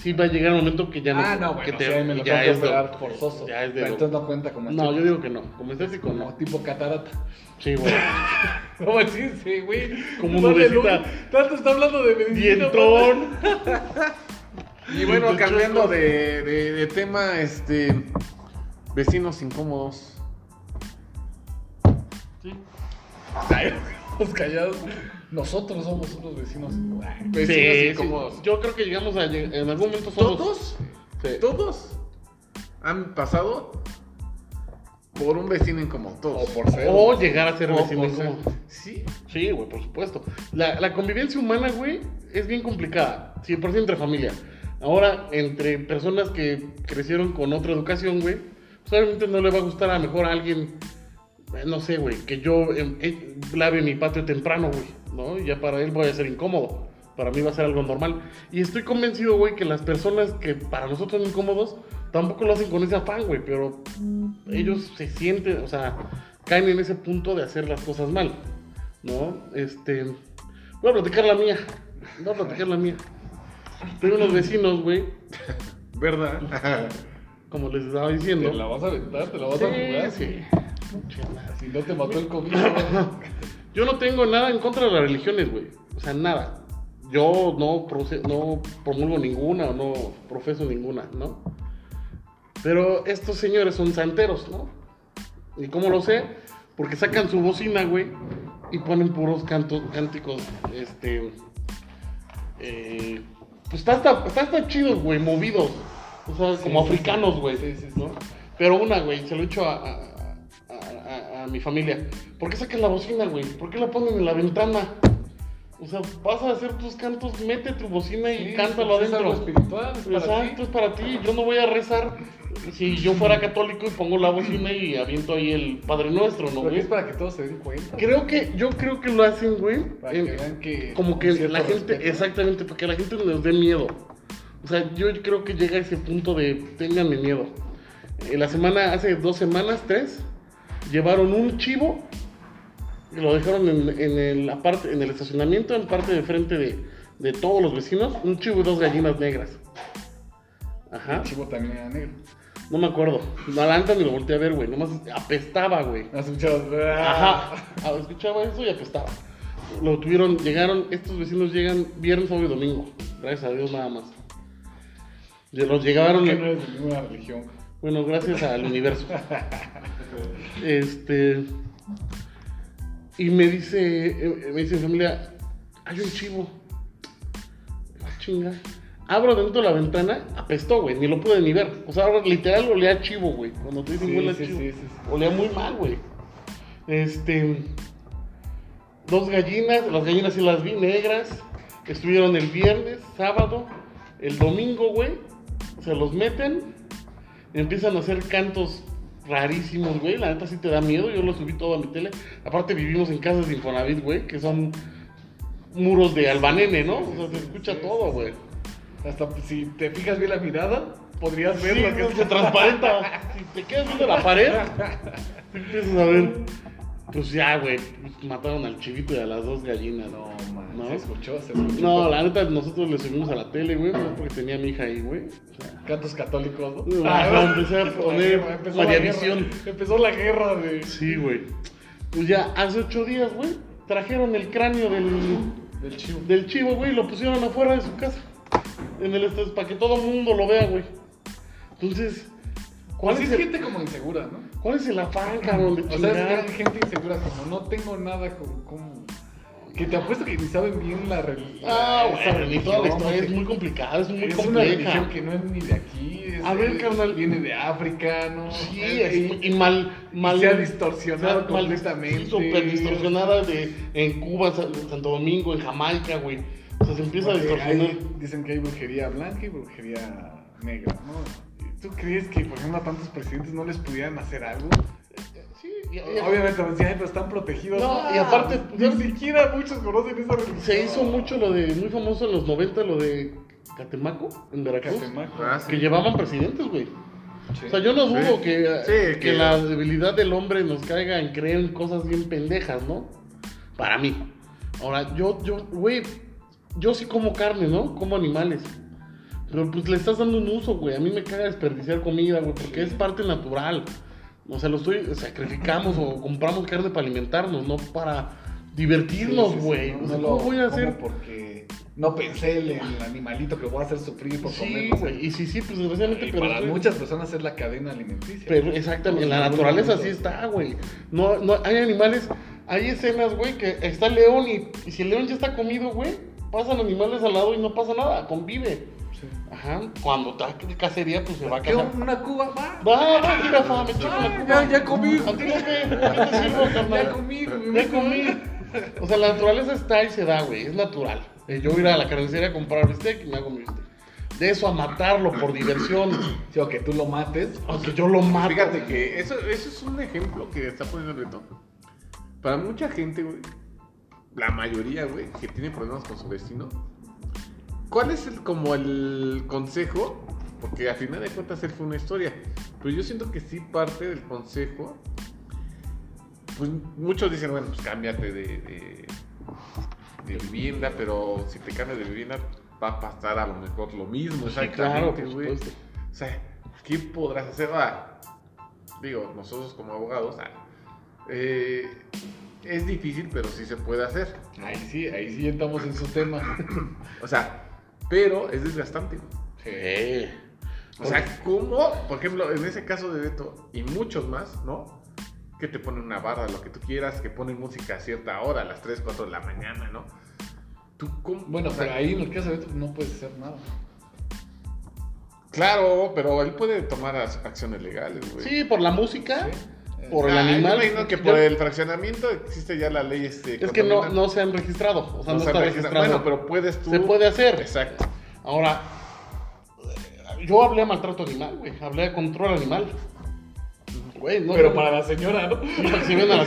S2: sí va a llegar un momento que ya no.
S3: ah, no,
S2: que
S3: bueno, sí, ahí me lo tengo que
S2: es de-
S3: operar forzoso.
S2: Ya es de.
S3: Entonces no cuenta como
S2: No,
S3: estética.
S2: yo digo que no. Como estético,
S3: Como
S2: no.
S3: tipo catarata.
S2: Sí, güey.
S3: No, pues sí, sí, güey.
S2: Como
S3: No,
S2: nubecita.
S3: aleluya. Tanto está hablando de medicina.
S2: Dientón.
S1: Y bueno,
S2: Entonces,
S1: cambiando
S2: yo-
S1: de, de- de tema, este. Vecinos incómodos.
S3: Los callados. Nosotros somos unos vecinos. Ay,
S2: Sí,
S1: Vecinos
S2: sí.
S1: incómodos.
S2: Yo creo que llegamos a. lleg- En algún momento somos.
S1: Todos,
S2: Sí.
S1: todos han pasado por un vecino incómodo.
S3: O
S1: Todos.
S3: por ser.
S2: O llegar a ser
S1: O
S2: vecino
S1: por ser-
S2: incómodo.
S1: Sí.
S2: Sí, güey, por supuesto. La, la convivencia humana, güey, es bien complicada. Sí, por sí entre familia. Ahora, entre personas que crecieron con otra educación, güey, pues obviamente no le va a gustar a lo mejor a alguien, eh, no sé, güey, que yo eh, eh, lave mi patio temprano, güey, ¿no? Y ya para él voy a ser incómodo. Para mí va a ser algo normal. Y estoy convencido, güey, que las personas que para nosotros son incómodos tampoco lo hacen con ese afán, güey, pero ellos se sienten, o sea, caen en ese punto de hacer las cosas mal, ¿no? Este, voy a platicar la mía, voy a platicar la mía. Tengo unos vecinos, güey,
S1: ¿Verdad?
S2: como les estaba
S3: Te la
S2: diciendo.
S3: vas a aventar, te la vas a
S2: Sí,
S3: jugar.
S2: sí.
S3: Si no te mató el COVID. güey.
S2: Yo no tengo nada en contra de las religiones, güey, o sea, nada. yo no, proce- no promulgo ninguna, no profeso ninguna, ¿no? Pero estos señores son santeros, ¿no? ¿Y cómo lo sé? Porque sacan su bocina, güey, y ponen puros cantos, cánticos, este... eh, pues está hasta, está hasta chidos, güey, movidos. O sea, como africanos, güey. ¿no? Pero una, güey, se lo he hecho a, a- a- a- a mi familia. ¿Por qué sacan la bocina, güey? ¿Por qué la ponen en la ventana? O sea, vas a hacer tus cantos, mete tu bocina y
S3: Sí, pues
S2: cántalo
S3: es
S2: adentro.
S3: algo espiritual, es para
S2: Exacto,
S3: ti.
S2: Pues, ah, es para ti. Yo no voy a rezar si yo fuera católico y pongo la bocina y aviento ahí el Padre Nuestro, ¿no,
S3: Pero que
S2: güey?
S3: es Pues, para que todos se den cuenta.
S2: Creo que, yo creo que lo hacen, güey.
S3: Para
S2: en-
S3: que vean que.
S2: como que
S3: con cierto
S2: la gente,
S3: respeto.
S2: exactamente, para que la gente les dé miedo. O sea, yo creo que llega a ese punto de tenganme miedo. En la semana, hace dos semanas, tres, llevaron un chivo y lo dejaron en, en el, aparte, en el estacionamiento, en parte de frente de, de todos los vecinos, un chivo y dos gallinas negras. Ajá,
S3: El chivo también era negro.
S2: no me acuerdo. No adelante ni lo volteé a ver, güey. Nomás apestaba, güey.
S3: ¿Has escuchado?
S2: Ajá, ah, escuchaba eso y apestaba. Lo tuvieron, llegaron, estos vecinos llegan viernes, sábado y domingo. Gracias a Dios nada más. Ya Los llegaron,
S3: Que no eres de ninguna religión.
S2: bueno, gracias al universo. Este. Y me dice, eh, me dice mi familia, hay un chivo. Ah, chinga. Abro dentro de la ventana, apestó, güey, ni lo pude ni ver. O sea, ahora literal olía a chivo, güey. Cuando te dicen
S3: Sí,
S2: huele a
S3: sí,
S2: chivo.
S3: sí, sí, sí.
S2: Olía muy mal, güey. Este. Dos gallinas, las gallinas sí las vi negras. Estuvieron el viernes, sábado, el domingo, güey. Se los meten empiezan a hacer cantos rarísimos, güey. La neta sí te da miedo. Yo lo subí todo a mi tele. Aparte vivimos en casas de Infonavit, güey, que son muros de albanene, ¿no? O sea, se escucha todo, güey.
S3: Hasta si te fijas bien la mirada, podrías ver
S2: Sí,
S3: lo que
S2: no, se
S3: es
S2: transparenta. Si te quedas viendo la pared, te empiezas a ver. Pues ya, güey, pues, mataron al chivito y a las dos gallinas.
S3: No,
S2: No,
S3: man.
S2: ¿No?
S3: Se escuchó, se escuchó.
S2: no la neta, nosotros le subimos a la tele, güey, fue porque tenía a mi hija ahí, güey. O sea,
S3: Cantos católicos, ¿no?
S2: Ah,
S3: no,
S2: empecé a poner Mariavisión.
S3: guerra. Empezó la guerra de.
S2: Sí, güey. Pues ya, hace ocho días, güey, trajeron el cráneo del,
S3: Del chivo.
S2: del chivo, güey, y lo pusieron afuera de su casa. En el estrés, para que todo el mundo lo vea, güey. Entonces, ¿cuál,
S3: Pues sí,
S2: es
S3: es
S2: el,
S3: gente como insegura, ¿no?
S2: ¿cuál es el afán, cabrón, de
S3: O sea, es
S2: chingar?
S3: gran gente insegura, como no tengo nada, como. como- Que te apuesto que ni saben bien la religión.
S2: Ah,
S3: esa
S2: güey, ni toda la
S3: religión,
S2: historia es
S3: que-
S2: muy complicada, es muy
S3: es una
S2: compleja.
S3: religión que no es ni de aquí. es-
S2: A ver,
S3: es-
S2: carnal.
S3: Viene de África, ¿no?
S2: Sí,
S3: Eh,
S2: es-
S3: y-
S2: y mal, mal.
S3: se ha distorsionado
S2: mal-
S3: completamente.
S2: Súper distorsionada de, en Cuba, Sa- Santo Domingo, en Jamaica, güey. O sea, se empieza a
S3: porque
S2: distorsionar.
S3: hay- dicen que hay brujería blanca y brujería negra, ¿no? ¿Tú crees que, por ejemplo, a tantos presidentes no les pudieran hacer algo?
S2: Sí, y- y-
S3: Obviamente, van a decir, "Ay, pero están protegidos.
S2: No, y aparte,
S3: ni siquiera muchos conocen esa religión.
S2: Se hizo mucho lo de, muy famoso en los 90, lo de Catemaco, en Veracruz.
S3: Catemaco.
S1: Ah, sí.
S2: Que llevaban presidentes, güey.
S3: Sí.
S2: O sea, yo no dudo
S1: Sí.
S2: que,
S1: Sí,
S2: que
S1: que-
S2: la debilidad del hombre nos caiga en creer en cosas bien pendejas, ¿no? Para mí. Ahora, yo, yo, güey, yo sí como carne, ¿no? Como animales. Pero pues le estás dando un uso, güey. A mí me caga desperdiciar comida, güey, porque es parte natural. O sea, lo estoy, sacrificamos o compramos carne para alimentarnos, no para divertirnos,
S3: Sí, sí, sí,
S2: güey.
S3: no,
S2: o sea, ¿cómo
S3: no lo
S2: voy a
S3: como
S2: hacer?
S3: Porque no pensé en el animalito que voy a hacer sufrir por
S2: Sí,
S3: comer.
S2: güey. Y sí, sí, pues desgraciadamente,
S3: Y
S2: pero.
S3: para
S2: estoy-
S3: muchas personas es la cadena alimenticia. Pues,
S2: Pero exactamente, en la naturaleza así está, güey. No, no, hay animales, hay escenas, güey, que está el león y, y si el león ya está comido, güey, pasan animales al lado y no pasa nada, convive.
S3: Sí.
S2: Ajá, cuando está de cacería, pues se va a
S3: ¿Qué?
S2: cazar.
S3: Una cuba, va.
S2: Va, va, jirafa, me choco la
S3: Ah,
S2: cuba.
S3: ya, ya comí.
S2: ¿A ti no qué? ¿Qué te sirvo, carnal?
S3: Ya comí, güey.
S2: Ya comí. O sea, la naturaleza está y se da, güey. Es natural. Eh, Yo ir a la carnicería a comprar bistec y me hago mi bistec. De eso a matarlo por diversión.
S3: Sí, o que tú lo mates.
S2: Aunque yo lo mato.
S1: Fíjate que eso, eso es un ejemplo que está poniendo el reto. Para mucha gente, güey, la mayoría, güey, que tiene problemas con su destino, ¿cuál es el, como el consejo? Porque a final de cuentas él fue una historia. Pero yo siento que sí parte del consejo. Pues muchos dicen, bueno, pues cámbiate de, de, de vivienda, pero si te cambias de vivienda va a pasar a lo mejor lo mismo.
S2: Sí, claro, por
S1: exactamente, güey.
S2: supuesto.
S1: O sea, ¿qué podrás hacer? Ahora, digo, nosotros como abogados, ah, eh, es difícil, pero sí se puede hacer.
S3: Ahí sí, ahí sí entramos en su tema.
S1: O sea, pero es desgastante. güey.
S2: Sí.
S1: O sea, ¿cómo? Por ejemplo, en ese caso de Beto y muchos más, ¿no? Que te ponen una barra, lo que tú quieras, que ponen música a cierta hora, a las 3, 4 de la mañana, ¿no? ¿Tú cómo?
S3: Bueno,
S1: O sea,
S3: pero ahí en el caso de Beto no puedes hacer nada.
S1: Claro, pero él puede tomar as- acciones legales, güey.
S2: Sí, por la música,
S3: Eh,
S2: por el
S1: Ah, yo
S2: animal.
S1: imagino que
S2: Yo-
S1: por el fraccionamiento existe ya la ley este,
S2: Es que no,
S1: contaminante.
S2: no se han registrado. O sea, no,
S1: se
S2: está
S1: registra.
S2: registrado.
S1: Bueno, pero puedes tú.
S2: Se puede hacer.
S1: Exacto.
S2: Ahora, eh, yo hablé a maltrato animal, güey. Hablé a control animal. Güey, no.
S3: Pero para la señora, ¿no?
S2: para que ven a la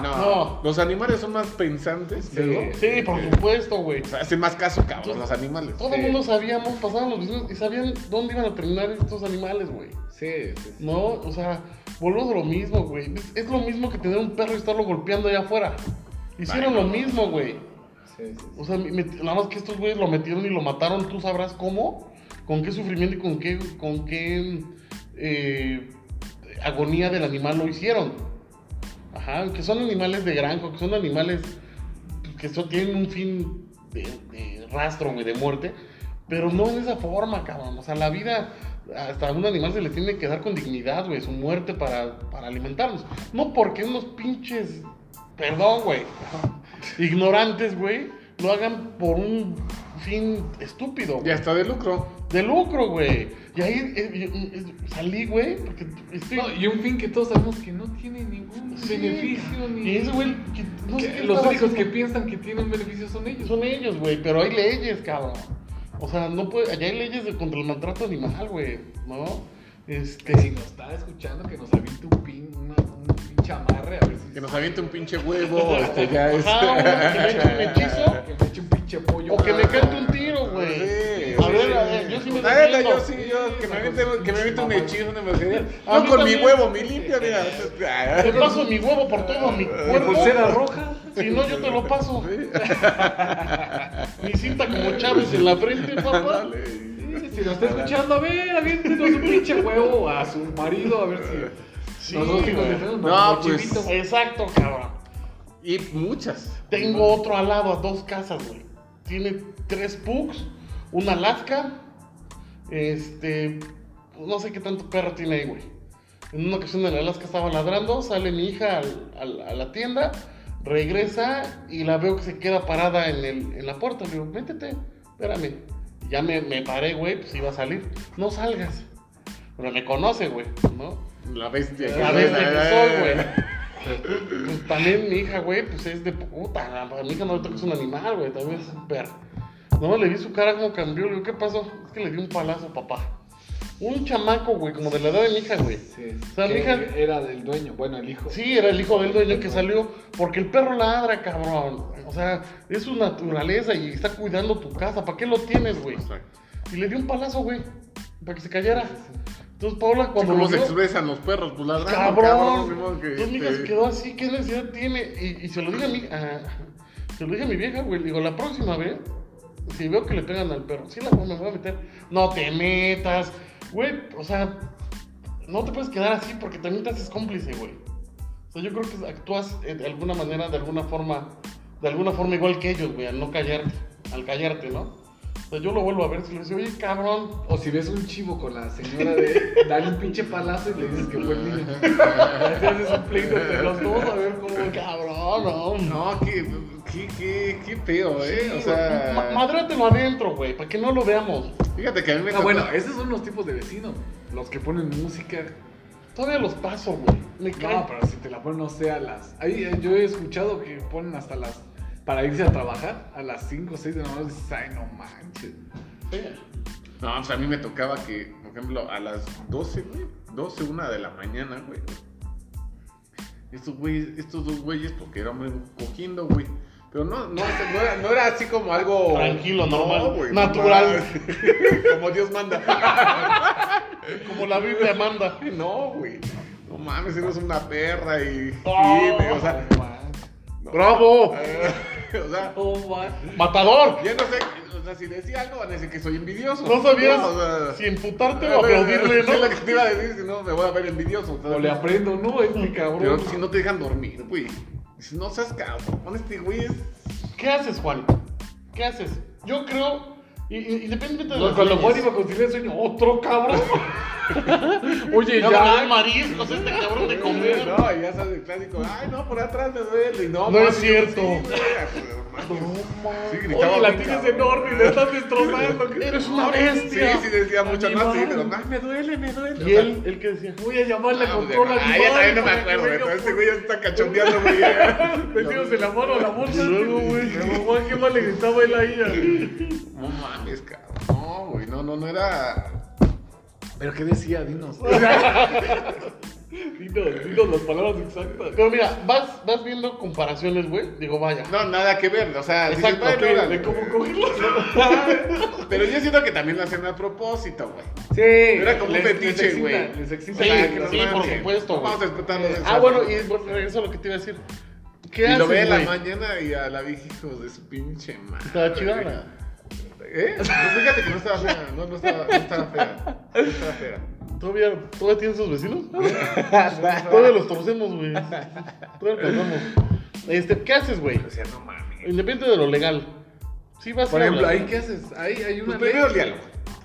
S1: No, no,
S2: No.
S1: Los animales son más pensantes,
S3: Sí.
S1: ¿verdad?
S2: Sí, por supuesto, güey.
S1: O sea, hacen más caso, cabrón, los animales.
S2: Todo
S3: Sí.
S2: el mundo sabíamos, pasaban los vecinos y sabían dónde iban a terminar estos animales, güey.
S3: Sí, sí, sí.
S2: No, o sea, volvemos a lo mismo, güey. Es, es lo mismo que tener un perro y estarlo golpeando allá afuera. Hicieron lo mismo, güey.
S3: sí, sí, sí.
S2: O sea, me- me- nada más que estos güeyes lo metieron y lo mataron, tú sabrás cómo, con qué sufrimiento y con qué, con qué eh, agonía del animal lo hicieron. Ajá, que son animales de granja, que son animales que son- tienen un fin de, de rastro, güey, de muerte, pero no de esa forma, cabrón. O sea, la vida, hasta a un animal se le tiene que dar con dignidad, güey, su muerte para, para alimentarnos. No porque unos pinches, perdón, güey, ignorantes, güey, lo hagan por un fin estúpido, güey
S1: Ya está de lucro.
S2: de lucro, güey. Y ahí eh, yo, eh, salí, güey, porque estoy...
S3: No, y un fin que todos sabemos que no tiene ningún
S2: Sí.
S3: beneficio ni.
S2: y ese güey, que- no
S3: que
S2: sé qué
S3: los
S2: estaba
S3: únicos que
S2: haciendo.
S3: piensan que tienen beneficio son ellos.
S2: Son ellos, güey, pero hay leyes, cabrón. O sea, no puede... Allá hay leyes de contra el maltrato animal, güey, ¿no? Este...
S3: Que si nos está escuchando, que nos aviente un pin, una, un pinche amarre, a ver si.
S1: Que nos aviente un pinche huevo, este, ya es.
S2: Ajá, güey, que me eche un hechizo
S3: que me eche un pinche pollo.
S2: Este, o que me cante un tiro, güey.
S1: Sí,
S2: a ver,
S1: sí.
S2: a ver, yo sí me
S1: La neta,
S2: defiendo.
S1: yo sí, yo, que me aviente, que me aviente un hechizo, una emergencia.
S2: No,
S1: Ah,
S2: yo
S1: con mi
S2: también.
S1: huevo, mi limpia,
S2: Te
S1: mira.
S2: paso mi huevo por todo mi
S3: Una
S2: cuerpo.
S3: pulsera roja.
S2: Si no, yo te lo paso. Mi cinta como Chávez en la frente, papá.
S3: Sí, si nos está escuchando, a ver, aviéntenos un pinche huevo a su marido, a ver si.
S2: Sí,
S3: nosotros que nos
S2: güey.
S3: defendemos,
S1: No,
S3: como
S1: pues,
S3: chivito.
S2: Exacto, cabrón.
S1: Y muchas.
S2: Tengo otro al lado, a dos casas, güey. Tiene tres pugs, una Alaska, este, no sé qué tanto perro tiene ahí, güey. En una ocasión en Alaska estaba ladrando, sale mi hija al- al- a la tienda, regresa y la veo que se queda parada en, el- en la puerta. Le digo, métete, espérame. Ya me, me paré, güey, pues iba a salir. No salgas. Pero me conoce, güey, ¿no?
S1: La bestia.
S2: La bestia que soy, güey. Pues también mi hija, güey, pues es de puta. A mi hija no le toques un animal, güey. También es súper. No, le vi su cara como cambió. Le digo, ¿qué pasó? Es que le di un palazo, papá. Un chamaco, güey, como de la edad de mi hija, güey.
S3: Sí, sí,
S2: O sea,
S3: que
S2: mi hija-
S3: Era del dueño, bueno, el hijo.
S2: Sí, era el hijo del dueño que salió porque el perro ladra, cabrón. O sea, es su naturaleza y está cuidando tu casa. ¿Para qué lo tienes, güey? Y le di un palazo, güey, para que se callara. Entonces, Paula, cuando
S1: Como
S2: lo
S1: se
S2: vio-
S1: expresan los perros, pues ladrando,
S2: cabrón.
S1: ni modo que,
S2: Entonces mi hija
S1: este,
S2: se quedó así, ¿qué necesidad tiene? Y, y se lo dije a mi, a- se lo dije a mi vieja, güey. le Digo, la próxima vez, si veo que le pegan al perro, sí la voy, me voy a meter. No te metas, güey. O sea, no te puedes quedar así porque también te haces cómplice, güey. O sea, yo creo que actúas eh, de alguna manera, de alguna forma, de alguna forma igual que ellos, güey, al no callarte, al callarte, ¿no? O sea, yo lo vuelvo a ver, si le digo, oye, cabrón,
S3: O si ves un chivo con la señora de dale un pinche palazo y le dices que fue el niño. Así haces un pleito entre los dos a ver cómo.
S2: cabrón, no,
S1: No, qué, qué, qué, qué feo, eh. O
S2: Ma-
S1: sea,
S2: madréatelo adentro, güey, para que no lo veamos.
S1: fíjate que a mí me
S2: Ah,
S3: No,
S1: tocó-
S3: Ah, bueno, esos son los tipos de vecinos. Los que ponen música.
S2: Todavía los paso, güey. Me cae.
S3: No, pero si te la ponen, no sé, a las. Ahí, eh, yo he escuchado que ponen hasta las. Para irse a trabajar a las 5 o 6 de la mañana. Dices, ay, no manches.
S1: No, o sea, a mí me tocaba que, por ejemplo, a las 12, güey, 12, una de la mañana, güey. Estos güeyes, estos dos güeyes, porque éramos cogiendo, güey. Pero no, no, no era, no era así como algo.
S2: Tranquilo, normal,
S1: güey,
S2: natural.
S1: normal. como Dios manda.
S2: Como la Biblia manda.
S1: No, güey. No mames, eres una perra y.
S2: No.
S1: Sí, güey, o sea.
S3: No manches.
S2: ¡Bravo!
S1: o sea,
S3: No manches.
S2: ¡Matador!
S1: ya no sé. O sea, si decía algo, van a decir que soy envidioso.
S2: No sabías
S1: o sea,
S2: si emputarte o aplaudirle,
S1: Es lo que
S2: ¿no?
S1: te iba a decir, si no, me voy a ver envidioso.
S3: O le aprendo, no, este
S1: Pero
S3: cabrón.
S1: si no te dejan dormir, güey. Dices, no seas cabrón, este güey es...
S2: ¿Qué haces, Juan? ¿Qué haces? Yo creo, y, y, independientemente de
S3: No,
S2: las
S3: Cuando
S2: leyes-
S3: Juan iba a conciliar el sueño, otro cabrón.
S2: Oye,
S1: No,
S2: ya
S1: no.
S2: hay mariscos, este cabrón de comer.
S1: No, y ya sabes el clásico, ay, no, por atrás me duele. y No,
S2: No es
S1: mames,
S2: cierto.
S1: sí, güey, a su hermano. Sí, gritaba
S3: Oye, la
S1: muy
S3: tienes
S1: cabrón.
S3: enorme y le estás destrozando. ¿qué?
S2: Eres una bestia.
S1: Sí, sí, decía mucho más, sí,
S2: Animal.
S1: pero ay, me duele, me duele.
S2: Y él, él que decía,
S3: Voy a llamarle a
S1: Ah, pues,
S3: control
S1: ah, ya también no me acuerdo, güey. Entonces, este güey ya se está cachondeando, güey.
S3: Metidos en la mano a la bolsa.
S2: luego, güey.
S3: Pero, Juan, ¿qué más le gritaba él ahí? a-
S1: No mames, cabrón. No, güey, no, no, no era. Pero qué decía, dinos.
S3: Dinos, dinos las palabras exactas.
S2: Pero mira, vas, vas viendo comparaciones, güey. Digo, vaya.
S1: No, nada que ver, o sea, dices,
S2: Exacto,
S1: bueno,
S2: sí,
S1: órale,
S2: de cómo
S1: güey.
S2: cogerlos.
S1: Pero yo siento que también lo hacen a propósito, güey.
S3: Sí.
S1: Era como un fetiche, güey.
S3: Les excita.
S2: Sí,
S1: O sea, que
S2: sí,
S1: no
S2: por
S1: manches.
S2: supuesto, güey.
S1: Vamos a explotar los
S2: Ah, bueno, y bueno, regreso a lo que te iba a decir. ¿Qué
S1: Y
S2: haces,
S1: lo ve en la
S2: güey?
S1: mañana y a la vieja, hijos de su pinche madre.
S2: Estaba chida,
S1: güey.
S2: ¿no?
S1: ¿Eh? No, fíjate que no estaba fea, no, no, estaba, no estaba fea. No estaba fea.
S2: ¿Todavía, ¿Todavía tienes sus vecinos? Todavía los torcemos, güey. Todavía alcanzamos. Este, ¿qué haces, güey?
S1: O sea, no mames.
S2: Independiente de lo legal. Sí vas
S1: Por
S2: a
S1: ejemplo,
S2: hablar.
S1: ahí, ¿qué haces? Ahí hay una.
S3: Pues
S1: ley.
S3: primero el diálogo.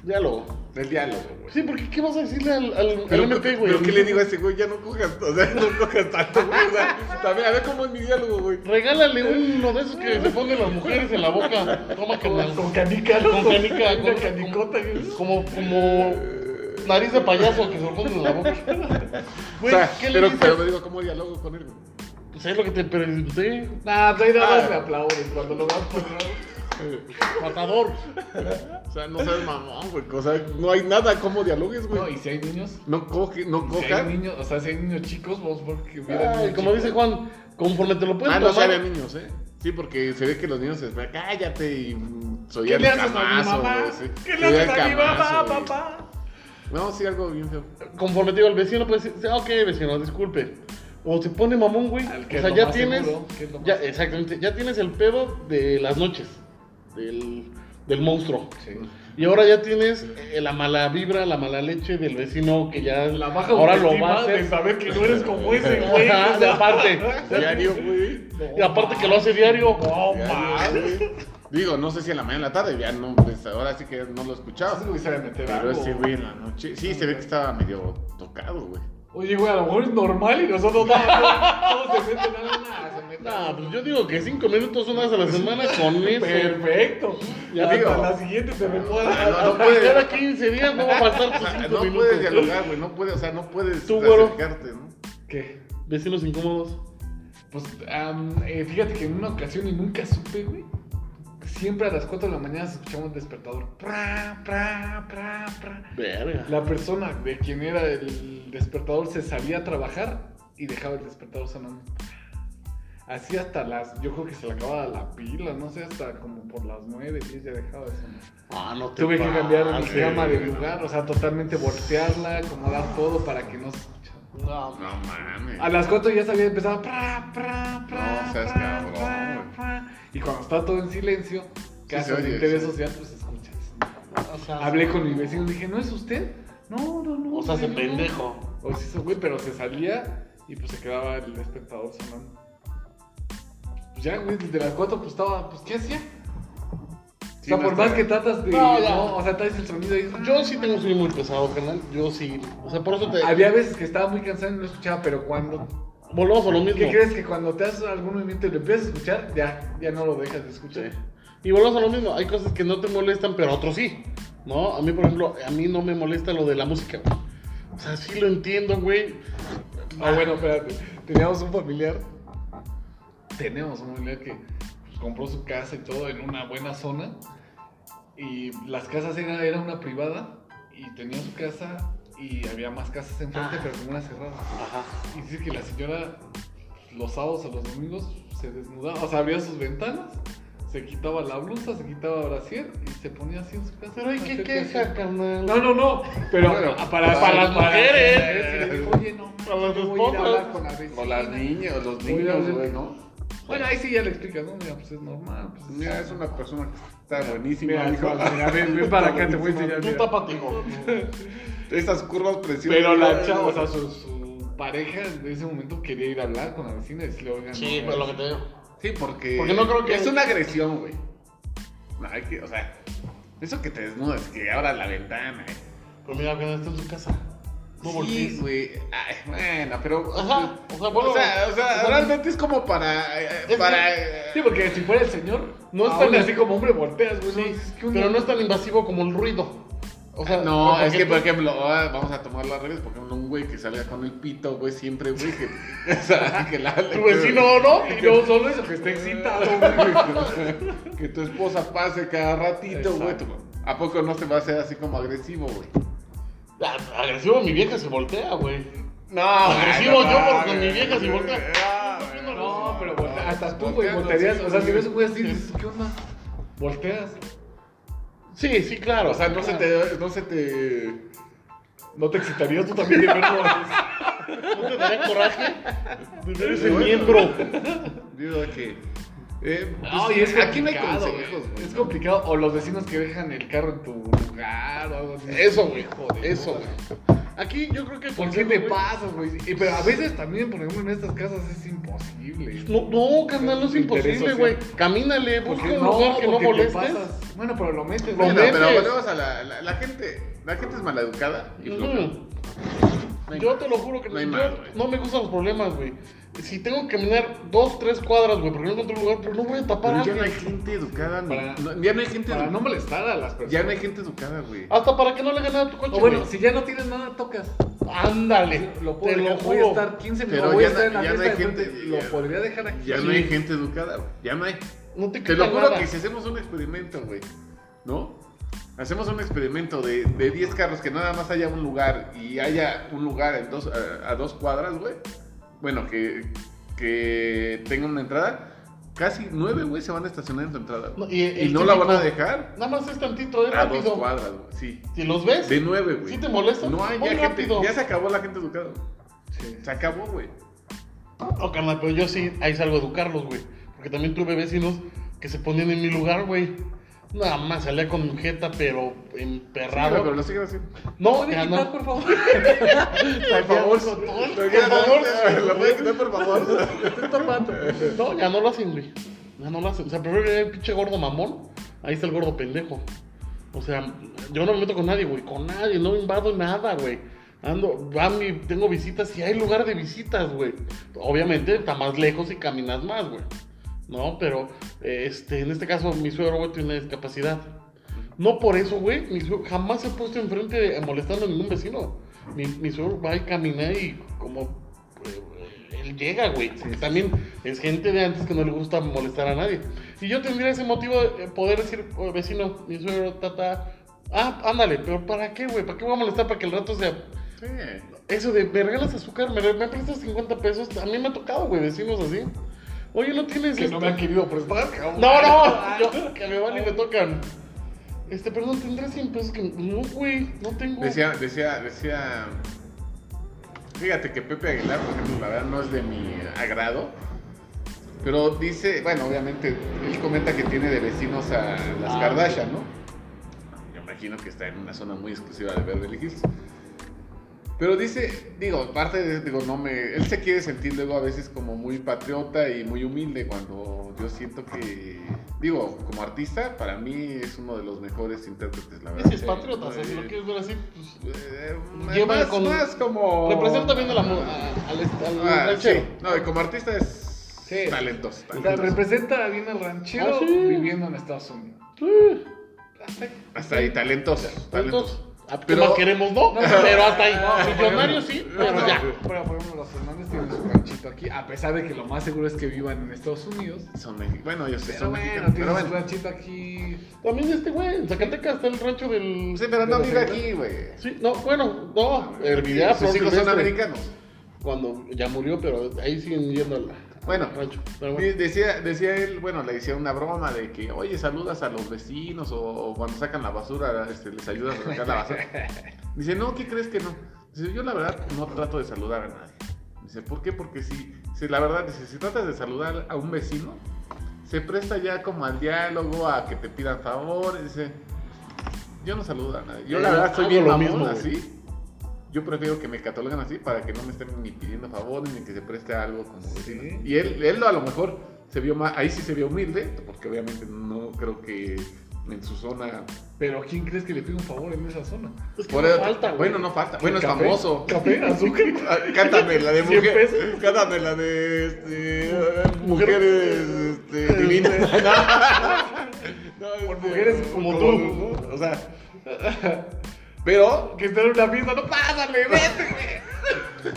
S2: Ya lo.
S1: El diálogo, güey.
S2: Sí, porque ¿qué vas a decirle al, al,
S1: Pero,
S2: al MP, güey?
S1: pero ¿qué le digo a este? ese güey? Ya no cojas, o sea, no cojas tanto, güey. O sea, también, a ver cómo es mi diálogo, güey.
S2: Regálale uno de esos que se ponen las mujeres en la boca. Toma carnal.
S3: Con canica, ¿no?
S2: Con canica,
S3: Una
S2: con-
S3: canicota. güey.
S2: Como, como nariz de payaso que se lo ponen en la boca. Güey,
S1: o sea,
S2: ¿qué le
S1: pero,
S2: dices?
S1: pero me digo, ¿cómo dialogo con él, güey?
S2: Pues es lo que te pregunté.
S3: Nah, pues ahí nada más
S1: Ah.
S3: le aplaudes cuando lo vas por
S2: Matador.
S1: O sea, no seas mamón, güey. O sea, no hay nada como dialogues, güey.
S3: No,
S1: No,
S3: y si hay niños.
S1: coge, no
S3: Si hay
S1: cojas.
S3: niños, o sea, si hay niños chicos, vos porque hubiera
S2: Ay,
S3: niños
S2: como
S3: chicos.
S2: dice Juan, conforme te lo
S3: Pues,
S2: puedes
S1: Ah, no
S2: tomar-
S1: sabe a niños, ¿eh? Sí, porque se ve que los niños se esperan, cállate y mm, soy
S3: ¿Qué
S1: el
S3: le haces a mi
S1: camazo,
S3: mamá?
S1: güey, sí.
S3: ¿Qué le
S1: Soy
S3: haces
S1: el
S3: a mi
S1: camazo,
S3: mamá,
S1: güey.
S3: papá?
S1: No, sí, algo bien feo.
S2: conforme te digo al vecino, pues, dice, ah, ok, vecino, disculpe. O se pone mamón, güey.
S3: Al
S2: O
S3: que es
S2: sea,
S3: lo
S2: ya
S3: más
S2: tienes.
S3: seguro, que es lo más
S2: ya,
S3: seguro.
S2: exactamente, ya tienes el pedo de las noches. Del, del monstruo.
S3: Sí.
S2: Y ahora ya tienes eh, la mala vibra, la mala leche del vecino que ya.
S3: La baja
S2: ahora lo
S3: autoestima
S2: va a
S3: de
S2: hacer.
S3: saber que no eres como ese güey.
S2: Ajá,
S3: o sea,
S2: aparte.
S1: Diario, güey.
S2: Y aparte que lo hace diario.
S3: No
S1: Diario,
S3: mames.
S1: güey. Digo, no sé si en la mañana en la tarde, ya no, pues, ahora sí que no lo escuchaba.
S3: Ese güey sabe meter
S1: Pero
S3: algo.
S1: ese güey en la noche. Sí, se ve que estaba medio tocado, güey.
S3: Oye, güey, a lo mejor es normal y nosotros no. No se meten nada, nada, se meten.
S2: Nah, pues yo digo que cinco minutos, una vez a la semana con eso.
S3: Perfecto.
S2: Ya
S3: Hasta
S1: digo.
S3: la siguiente te
S1: No, no
S3: recuerda.
S2: Hasta
S1: puede.
S2: cada 15 días no va a pasar
S1: O
S2: tus
S1: sea,
S2: cinco
S1: no
S2: minutos.
S1: puedes dialogar, güey. No puedes, o sea, no puedes
S2: Tú, güero.
S1: acercarte, ¿no?
S3: ¿Qué?
S2: Vecinos incómodos.
S3: Pues, am, eh, fíjate que en una ocasión y nunca supe, güey. Siempre a las 4 de la mañana se escuchaba un despertador. Pra, pra, pra, pra.
S2: Verga.
S3: La persona de quien era el despertador se salía a trabajar y dejaba el despertador sonando. Así hasta las. Yo creo que se le acababa la pila, no sé, hasta como por las 9, 10 ya dejaba de sonar.
S2: Ah, no te
S3: Tuve que cambiar mi
S2: pases.
S3: cama de lugar, o sea, totalmente voltearla, acomodar todo para que no se escuchara.
S2: No,
S1: No mames.
S3: A las 4 ya se había empezado. Pra, pra, pra,
S1: No seas
S3: pra,
S1: cabrón,
S3: pra,
S1: güey.
S3: pra. Y cuando está todo en silencio,
S1: Sí,
S3: casos
S1: se
S3: de
S1: oye,
S3: interés
S1: sí.
S3: social, pues escuchas.
S2: o sea,
S3: Hablé con mi vecino dije, ¿no es usted? No, no, no.
S2: Ah, O sea, ese
S3: usted no".
S2: pendejo.
S3: O sí, ese güey, pero se salía y pues se quedaba el espectador sonando. Pues ya, güey, desde las 4 pues estaba, pues ¿qué hacía?
S1: Sí,
S3: o sea,
S1: no
S3: por
S1: estaba.
S3: más que tratas de.
S2: No, ya.
S3: no, o sea, traes el sonido ahí.
S2: Yo sí tengo un sueño muy pesado, canal. Yo sí. O sea, por eso te.
S3: Había veces que estaba muy cansado y no escuchaba, pero cuando.
S2: Volvamos a lo mismo.
S3: ¿Qué crees? Que cuando te haces algún movimiento y lo empiezas a escuchar, ya, ya no lo dejas de escuchar.
S2: Sí. Y volvamos a lo mismo. Hay cosas que no te molestan, pero a otros sí. ¿No? A mí, por ejemplo, a mí no me molesta lo de la música, güey. O sea, sí lo entiendo, güey.
S3: Ah, bueno, espérate. Teníamos un familiar. Tenemos un familiar que pues, compró su casa y todo en una buena zona. Y las casas era, era una privada. Y tenía su casa y había más casas enfrente,
S2: Ah.
S3: pero como una cerrada.
S2: Ajá.
S3: Y dice que la señora los sábados o los domingos se desnudaba, o sea, abría sus ventanas. Se quitaba la blusa, se quitaba brasier y se ponía así en su casa.
S2: Pero hay
S3: Así,
S2: que
S3: así.
S2: queja, carnal.
S3: No, no, no. Pero
S1: Bueno,
S3: para,
S2: para las mujeres.
S3: mujeres, y le dijo, Oye, no,
S2: Para las
S3: yo voy a ir a
S2: esposas.
S3: hablar con la vecina.
S1: O las niñas, los
S3: Oye,
S1: niños,
S3: oye.
S1: güey, ¿no?
S3: Bueno, ahí sí ya le explicas, ¿no? Mira, pues es normal. Pues,
S1: Mira, es una persona que está buenísima,
S3: Mira,
S1: hijo.
S3: igual, mira, ven, ven para acá, te voy a enseñar.
S2: Tú
S3: mira.
S2: tápate, hijo.
S1: Esas curvas preciosas.
S3: Pero la chava, o sea, su, su pareja de ese momento quería ir a hablar con la vecina y decirle, oigan.
S2: Sí,
S3: no,
S2: pero lo
S3: eh,
S2: que te digo.
S1: Sí, porque.
S2: Porque no creo que-
S1: Es una agresión, güey. No, hay que, o sea, eso que te desnudes, que abras la ventana. eh.
S3: Pues
S2: Pero mira, que está en su casa. No
S1: sí,
S2: voltees.
S1: güey. Ay, bueno, pero.
S2: Ajá. O sea, bueno.
S1: o sea, o sea,
S2: o sea,
S1: realmente es como para. eh,
S2: que-
S1: para eh,
S3: Sí, porque si fuera el señor,
S2: No
S3: no
S2: es
S3: es
S2: tan-
S3: así como hombre volteas, güey.
S2: Sí,
S3: no, es que uno-
S2: pero no es tan invasivo como el ruido. O sea,
S1: Ah, no,
S2: porque
S1: es que, por ejemplo, ah, vamos a tomar las reglas porque un güey que salga con el pito, güey, siempre, güey, que. O sea, que la.
S2: Tu vecino, Pues, ¿no?
S3: Y
S2: Y
S3: yo
S2: yo
S3: solo eso, que esté excitado,
S1: güey. que tu esposa pase cada ratito, güey.
S3: Exacto.
S1: tu- ¿A poco no se va a hacer así como agresivo, güey?
S2: a- Agresivo, mi vieja se voltea, güey.
S1: Ah, No,
S2: Agresivo
S1: güey,
S2: yo
S1: no,
S2: porque
S1: güey.
S2: mi vieja se voltea.
S1: No, güey, no,
S3: No, pero
S1: no,
S3: voltea- hasta tú, güey,
S1: volteas,
S3: voltearías.
S1: Ah, pues sí,
S3: O sea, si
S1: güey.
S3: ves un güey así, dices, ¿qué onda? Volteas.
S2: Sí, sí, claro.
S1: O sea, no se te. No se te.
S3: ¿No te excitarías tú también de verlo?
S2: ¿No te daría coraje? Eres
S1: Sí,
S2: el
S1: güey.
S2: miembro.
S1: Digo que. Eh,
S3: Ay,
S1: pues,
S3: es
S1: aquí no hay
S3: complicado,
S1: consejos, Pues, güey.
S3: Es complicado. O los vecinos que dejan el carro en tu lugar o algo así.
S2: Eso, güey.
S3: Joder,
S2: Eso,
S3: no,
S2: güey. Aquí yo creo que. el
S3: ¿Por qué
S2: consejo,
S3: te
S2: güey,
S3: pasas, güey? Y- Pero a veces también, por ejemplo, en estas casas es imposible.
S2: No, no, carnal, no es
S3: Interés
S2: imposible,
S3: social.
S2: güey. Camínale, busca
S3: Porque
S2: un lugar que Pues no
S3: porque te
S2: molestes.
S3: pasas. Bueno, pero lo metes.
S2: Lo
S3: güey.
S1: Mira, pero
S2: metes.
S1: volvemos a la, la, la gente. La gente es maleducada y floja.
S2: Ujú.
S1: No hay
S2: Yo
S1: más.
S2: te lo juro que
S1: No hay
S2: yo
S1: más, güey.
S2: no me gustan los problemas, güey. Si tengo que caminar dos, tres cuadras, güey, porque no encuentro un lugar, pero no voy a tapar a
S1: Pero ya no hay
S2: alguien.
S1: gente educada, ni-
S3: Para-
S1: no, ya no hay gente
S3: Para
S1: edu-
S3: no molestar a las personas.
S1: ya no hay gente educada, güey.
S2: Hasta para que no le gane a tu coche,
S3: O bueno,
S2: güey.
S3: si ya no tienes nada, tocas.
S2: Ándale,
S3: eh, Lo puedo
S2: te lo
S3: dejar,
S2: juro.
S3: voy a estar 15 minutos,
S1: Pero
S3: voy a
S1: ya
S3: estar en
S1: no-
S3: la
S1: ya no
S3: fiesta
S1: hay
S3: de frente,
S1: gente-
S3: lo
S1: ya-
S3: podría dejar aquí.
S1: Ya
S3: Sí.
S1: no hay gente educada, güey. Ya no hay.
S2: No te,
S1: Te lo
S2: quitan
S1: juro
S2: nada.
S1: que si hacemos un experimento, güey, ¿no? Hacemos un experimento de de 10 carros que nada más haya un lugar y haya un lugar en dos, a, a dos cuadras, güey. Bueno, que, que tenga una entrada. Casi 9, güey, se van a estacionar en tu entrada. güey.
S2: No,
S1: y
S2: y el- el
S1: no la van
S2: típico-
S1: a dejar
S2: Nada más es tantito, es
S1: a dos
S2: rápido.
S1: cuadras, güey. Sí.
S2: Si los ves,
S1: De 9, güey.
S2: ¿Sí te molesta?
S1: No hay ya
S2: Voy
S1: gente.
S2: rápido.
S1: Ya se acabó la gente educada. güey.
S3: Sí.
S1: Se acabó, güey.
S2: no, carnal, pero yo sí, ahí salgo a educarlos, güey. Porque también tuve vecinos que se ponían en mi lugar, güey. Nada más salía con mi jeta, pero
S1: Sí, güey,
S2: emperrado.
S1: pero lo siguen haciendo.
S2: no,
S3: ¿Puede
S2: ya
S3: quitar,
S2: no.
S3: por favor?
S1: Por favor,
S2: Por
S1: Lo
S2: favor.
S1: favor. Lo puede quitar, por favor.
S2: No, ya no lo hacen, güey. Ya no lo hacen. O sea, primero viene el pinche gordo mamón. Ahí está el gordo pendejo. O sea, yo no me meto con nadie, güey. Con nadie, no invado nada, güey. Ando, va mi, tengo visitas y hay lugar de visitas, güey. Obviamente está más lejos y caminas más, güey. No, pero eh, este, en este caso mi suegro, güey, tiene una discapacidad. No por eso, güey, mi suegro jamás se ha puesto enfrente de- molestando a ningún vecino. Mi, mi suegro va y camina y como eh, él llega, güey. Porque También es gente de antes que no le gusta molestar a nadie. Y yo tendría ese motivo de eh, poder decir, "Oye, vecino, mi suegro, tata, ah, ándale, pero ¿para qué, güey? ¿Para qué voy a molestar para que el rato sea...
S1: Sí.
S2: Eso de, me regalas azúcar, me, re- me prestas 50 pesos, a mí me ha tocado, güey, vecinos así. Oye, no tienes...
S3: Que no
S2: este-
S3: me han querido prestar, cabrón.
S2: no, no, yo, que me van y me tocan. Este, perdón, tendré 100 pesos que. No, güey, no tengo.
S1: Decía, decía, decía. Fíjate que Pepe Aguilar, por ejemplo, la verdad no es de mi agrado. Pero dice, bueno, obviamente, él comenta que tiene de vecinos a las
S2: Ah,
S1: Kardashian, ¿no? Me imagino que está en una zona muy exclusiva de Beverly Hills. Pero dice, digo, aparte de, digo, no me. Él se quiere sentir luego a veces como muy patriota y muy humilde cuando yo siento que. Digo, como artista, para mí es uno de los mejores intérpretes, la verdad.
S2: Ese es patriota, o sea, si lo quieres ver así, pues.
S1: Eh,
S2: Lleva
S1: más,
S2: con-
S1: más como.
S2: Representa bien a la, mu- a- al, est- al
S1: Ah,
S2: ranchero.
S1: sí. No, y como artista es
S3: Sí.
S1: talentoso.
S3: O sea,
S1: talentoso.
S3: representa bien al ranchero
S2: Ah, sí.
S3: viviendo en Estados Unidos.
S2: Sí.
S1: Hasta ahí, talentoso.
S2: Ah, Entonces,
S1: talentoso.
S2: ¿a qué
S1: Pero-
S2: más queremos? No, pero hasta ahí. Millonario
S3: millonarios
S2: sí, pero ya.
S3: Pero por ejemplo, los Fernández tienen su ranchito aquí, a pesar de que lo más seguro es que vivan en Estados Unidos.
S1: Son mexi- Bueno, yo sé,
S3: Pero
S1: son
S3: bueno,
S1: mexicanos. Pero
S3: tienen su
S1: bueno.
S3: ranchito aquí.
S2: También este güey, en Zacatecas está el rancho del.
S1: Sí, pero no
S3: Pero
S1: vive Ah,
S3: sí.
S1: aquí, güey.
S2: Sí, no, bueno, no, el video.
S1: Sus hijos son americanos.
S2: Cuando ya murió, pero ahí siguen yendo al
S1: Bueno,
S2: al rancho. Pero bueno.
S1: de- Decía, decía él, bueno, le hicieron una broma de que, oye, saludas a los vecinos o, o cuando sacan la basura, este, les ayudas a sacar la basura. Dice, no, ¿qué crees que no? Dice, yo la verdad no trato de saludar a nadie. Dice, ¿por qué? Porque si, si la verdad, dice, si tratas de saludar a un vecino, se presta ya como al diálogo, a que te pidan favores, dice, yo no saludo a nadie. Yo la
S2: Yo
S1: verdad soy
S2: Eh, hago
S1: bien
S2: lo
S1: mamón
S2: mismo, güey.
S1: así. Yo prefiero que me catalogan así para que no me estén ni pidiendo favores ni que se preste a algo como
S3: Sí.
S1: decirlo. Y él, él a lo mejor se vio más, ahí sí se vio humilde, porque obviamente no creo que en su zona.
S3: Pero ¿quién crees que le pide un favor en esa zona?
S2: Es que
S1: Por
S2: no
S1: el-
S2: falta, güey.
S1: bueno, no falta. Bueno, es
S3: ¿Café?
S1: famoso.
S3: ¿Café? ¿Azúcar?
S1: Ah, Cántame la de
S2: ¿Cien
S1: mujer.
S2: pesos?
S1: Cántame la de este, eh, mujeres este, divinas. No,
S3: Por
S1: este,
S3: mujeres como tú.
S1: ¿no? O sea. Pero
S3: Que está en una fiesta, no pásale, vete, güey.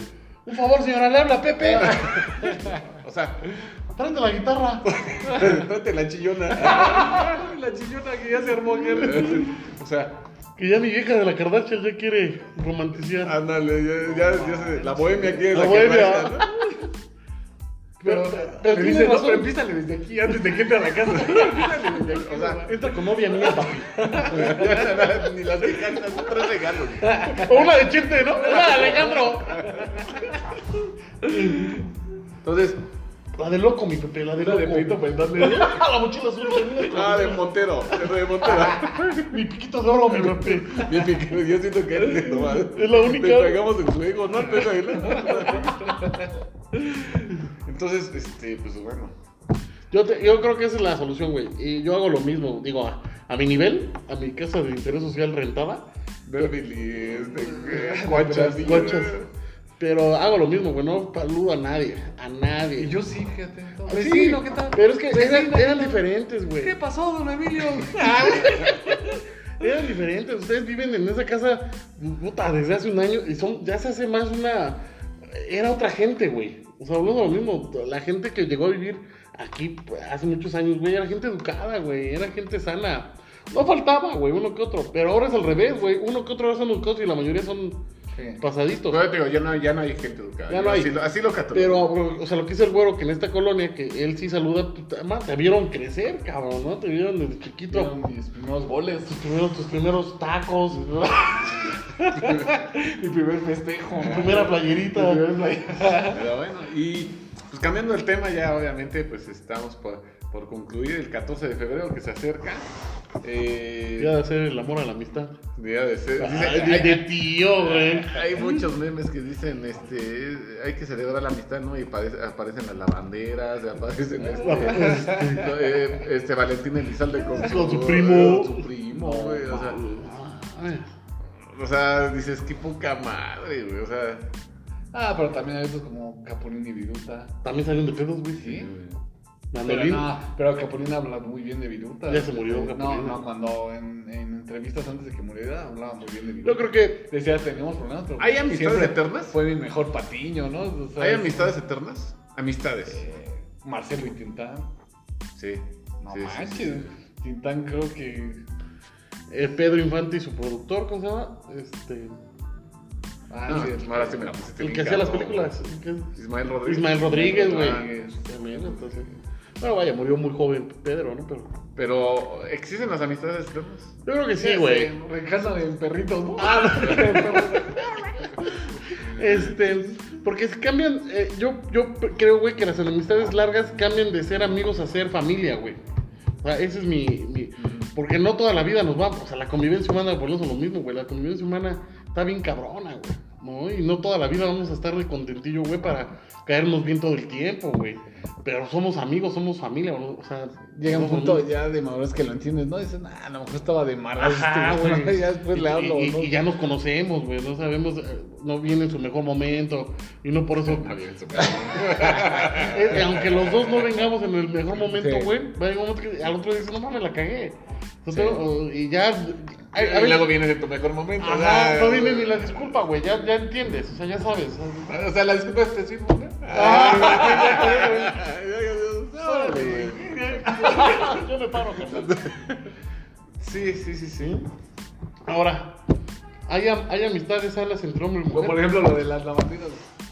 S2: Un favor, señora, le habla a Pepe.
S1: O sea,
S2: Tráete la guitarra.
S1: trate la chillona.
S3: La chillona que ya se armó aquel.
S1: o sea,
S2: Que ya mi vieja de la Kardashian ya quiere romantizar.
S1: ándale, ya, ya, ya se- la bohemia aquí es
S2: La
S1: la,
S2: bohemia.
S1: que traes, ¿no?
S2: Pero,
S3: Pero
S2: pero tienes
S3: no, pero
S2: razón.
S3: empiézale desde aquí, antes de que entre a la casa. Empiézale desde aquí,
S1: O sea,
S2: Entra con novia mía, papi.
S1: Ya nada, ni las que cantan son tres regalos.
S2: O una de Chente, ¿no? Una de Alejandro.
S1: Entonces,
S2: La de loco, mi Pepe, la de
S3: La
S2: loco. Ah,
S3: de Pedrito Fernández.
S2: la mochila azul termina con
S1: ah, de Montero, de Montero.
S2: mi piquito de oro, mi Pepe.
S1: Bien, piquero, yo siento que eres nomás.
S2: Es la única.
S1: Te pegamos el juego, ¿no? Te Entonces, este, pues bueno.
S2: Yo, te- yo creo que esa es la solución, güey. Y yo hago lo mismo. Digo, a, a mi nivel, a mi casa de interés social rentada,
S1: Beverly, este, guachas.
S2: guachas. Pero hago lo mismo, güey. No saludo a nadie. A nadie.
S3: Y yo sí, fíjate.
S2: Pues
S3: Sí,
S2: sí,
S3: no, ¿qué tal?
S2: Pero es que
S3: Pues sí,
S2: eran,
S3: no,
S2: eran diferentes, güey.
S3: ¿Qué pasó, don Emilio?
S2: Eran diferentes. Ustedes viven en esa casa, puta, desde hace un año y son, ya se hace más una. Era otra gente, güey. O sea, hablando de lo mismo, la gente que llegó a vivir aquí pues, hace muchos años, güey, era gente educada, güey, era gente sana. No faltaba, güey, uno que otro. Pero ahora es al revés, güey. Uno que otro ahora son educados y la mayoría son pasaditos.
S1: Pero te digo, ya no, hay- ya no hay gente educada.
S2: Ya no hay.
S1: Así, lo- así lo catalogo.
S2: Pero, güey, o sea, lo que dice el güero, que en esta colonia, que él sí saluda, puta madre, te vieron crecer, cabrón, ¿no? Te vieron desde chiquito.
S3: Fueron mis primeros goles.
S2: Tus primeros, tus primeros tacos, ¿no?
S3: Mi primer festejo.
S2: tu primera playerita.
S1: Pero bueno, y pues cambiando el tema, ya obviamente, pues estamos por, por concluir el 14 de febrero que se acerca. Eh,
S2: Día de hacer el amor a la amistad.
S1: día de ser. dice-
S2: Ay, de, de tío, güey.
S1: Hay muchos memes que dicen, este, hay que celebrar la amistad, ¿no? Y parece- aparecen las lavanderas, aparecen este, eh, este Valentín Elizalde con su,
S2: Con su primo.
S1: su primo, güey, o sea, o sea, dices, qué poca madre, güey, o sea,
S3: Ah, pero también hay otros como Capulín y Viruta.
S2: También salieron de pedos, güey.
S3: Sí. Pero,
S2: Mandolín.
S3: no, pero Capulín habla muy bien de Viruta.
S2: Ya se murió
S3: No,
S2: Capulín.
S3: no, cuando en, en entrevistas antes de que muriera hablaba muy bien de Viruta.
S2: Yo creo que.
S3: Decía, teníamos problemas, pero
S1: ¿Hay amistades
S3: siempre
S1: eternas?
S3: Fue mi mejor patiño, ¿no? O sea,
S1: ¿hay
S3: es-
S1: amistades eternas? Amistades.
S3: eh, Marcelo y Tintán.
S1: Sí.
S3: No
S1: sí, sí,
S3: manches.
S1: sí, sí.
S3: Tintán creo que.
S2: eh, Pedro Infante y su productor, ¿cómo se llama? Este.
S3: Ah,
S1: No,
S3: sí,
S1: ahora sí me la pusiste
S2: El
S1: bien,
S2: que hacía las
S1: cabrón.
S2: películas. el que es-
S1: Ismael Rodríguez.
S2: Ismael Rodríguez, güey.
S3: Rodríguez.
S2: También, entonces. Bueno, vaya, murió muy joven Pedro, ¿no? Pero.
S1: Pero, ¿existen las amistades eternas?
S2: Yo creo que sí, güey.
S3: Reencarna de perritos, ¿no?
S2: Este, porque se cambian, eh, yo, yo creo, güey, que las amistades largas cambian de ser amigos a ser familia, güey. O sea, ese es mi, mi- Porque no toda la vida nos vamos. O sea, la convivencia humana, por eso lo mismo, güey. La convivencia humana está bien cabrona, güey. ¿no? Y no toda la vida vamos a estar de contentillo, güey, para caernos bien todo el tiempo, güey. Pero somos amigos, somos familia, ¿no? O sea,
S3: Llega un
S2: somos
S3: punto
S2: amigos.
S3: ya de madurez que lo entiendes, ¿no? Dices, ah, a lo mejor estaba de malas.
S2: Ajá,
S3: este, ¿no?
S2: güey.
S3: Ya después
S2: Y-
S3: le hablo,
S2: y,
S3: ¿no?
S2: y ya nos conocemos, güey. No sabemos, eh, no viene en su mejor momento. Y no por eso. Eh, aunque los dos no vengamos en el mejor momento,
S3: Sí.
S2: güey, va a llegar un momento que al otro día dice, no mames, la cagué. O sea,
S3: Sí.
S2: o- y ya. A, a
S1: y
S2: veces-
S1: Eh, luego vienes en tu mejor momento. o
S2: Ajá,
S1: sea,
S2: no
S3: ah.
S2: viene ni la disculpa, güey. Ya, ya entiendes, o sea, ya sabes.
S1: O sea, la disculpa es decir, ¿no?
S3: Ah.
S1: Órale.
S2: Yo me paro, carnal.
S1: Sí, sí, sí, sí.
S2: Ahora, hay, am- hay amistades sanas entre hombre y
S3: Como por
S2: mujer.
S3: ejemplo lo de las lavanderas.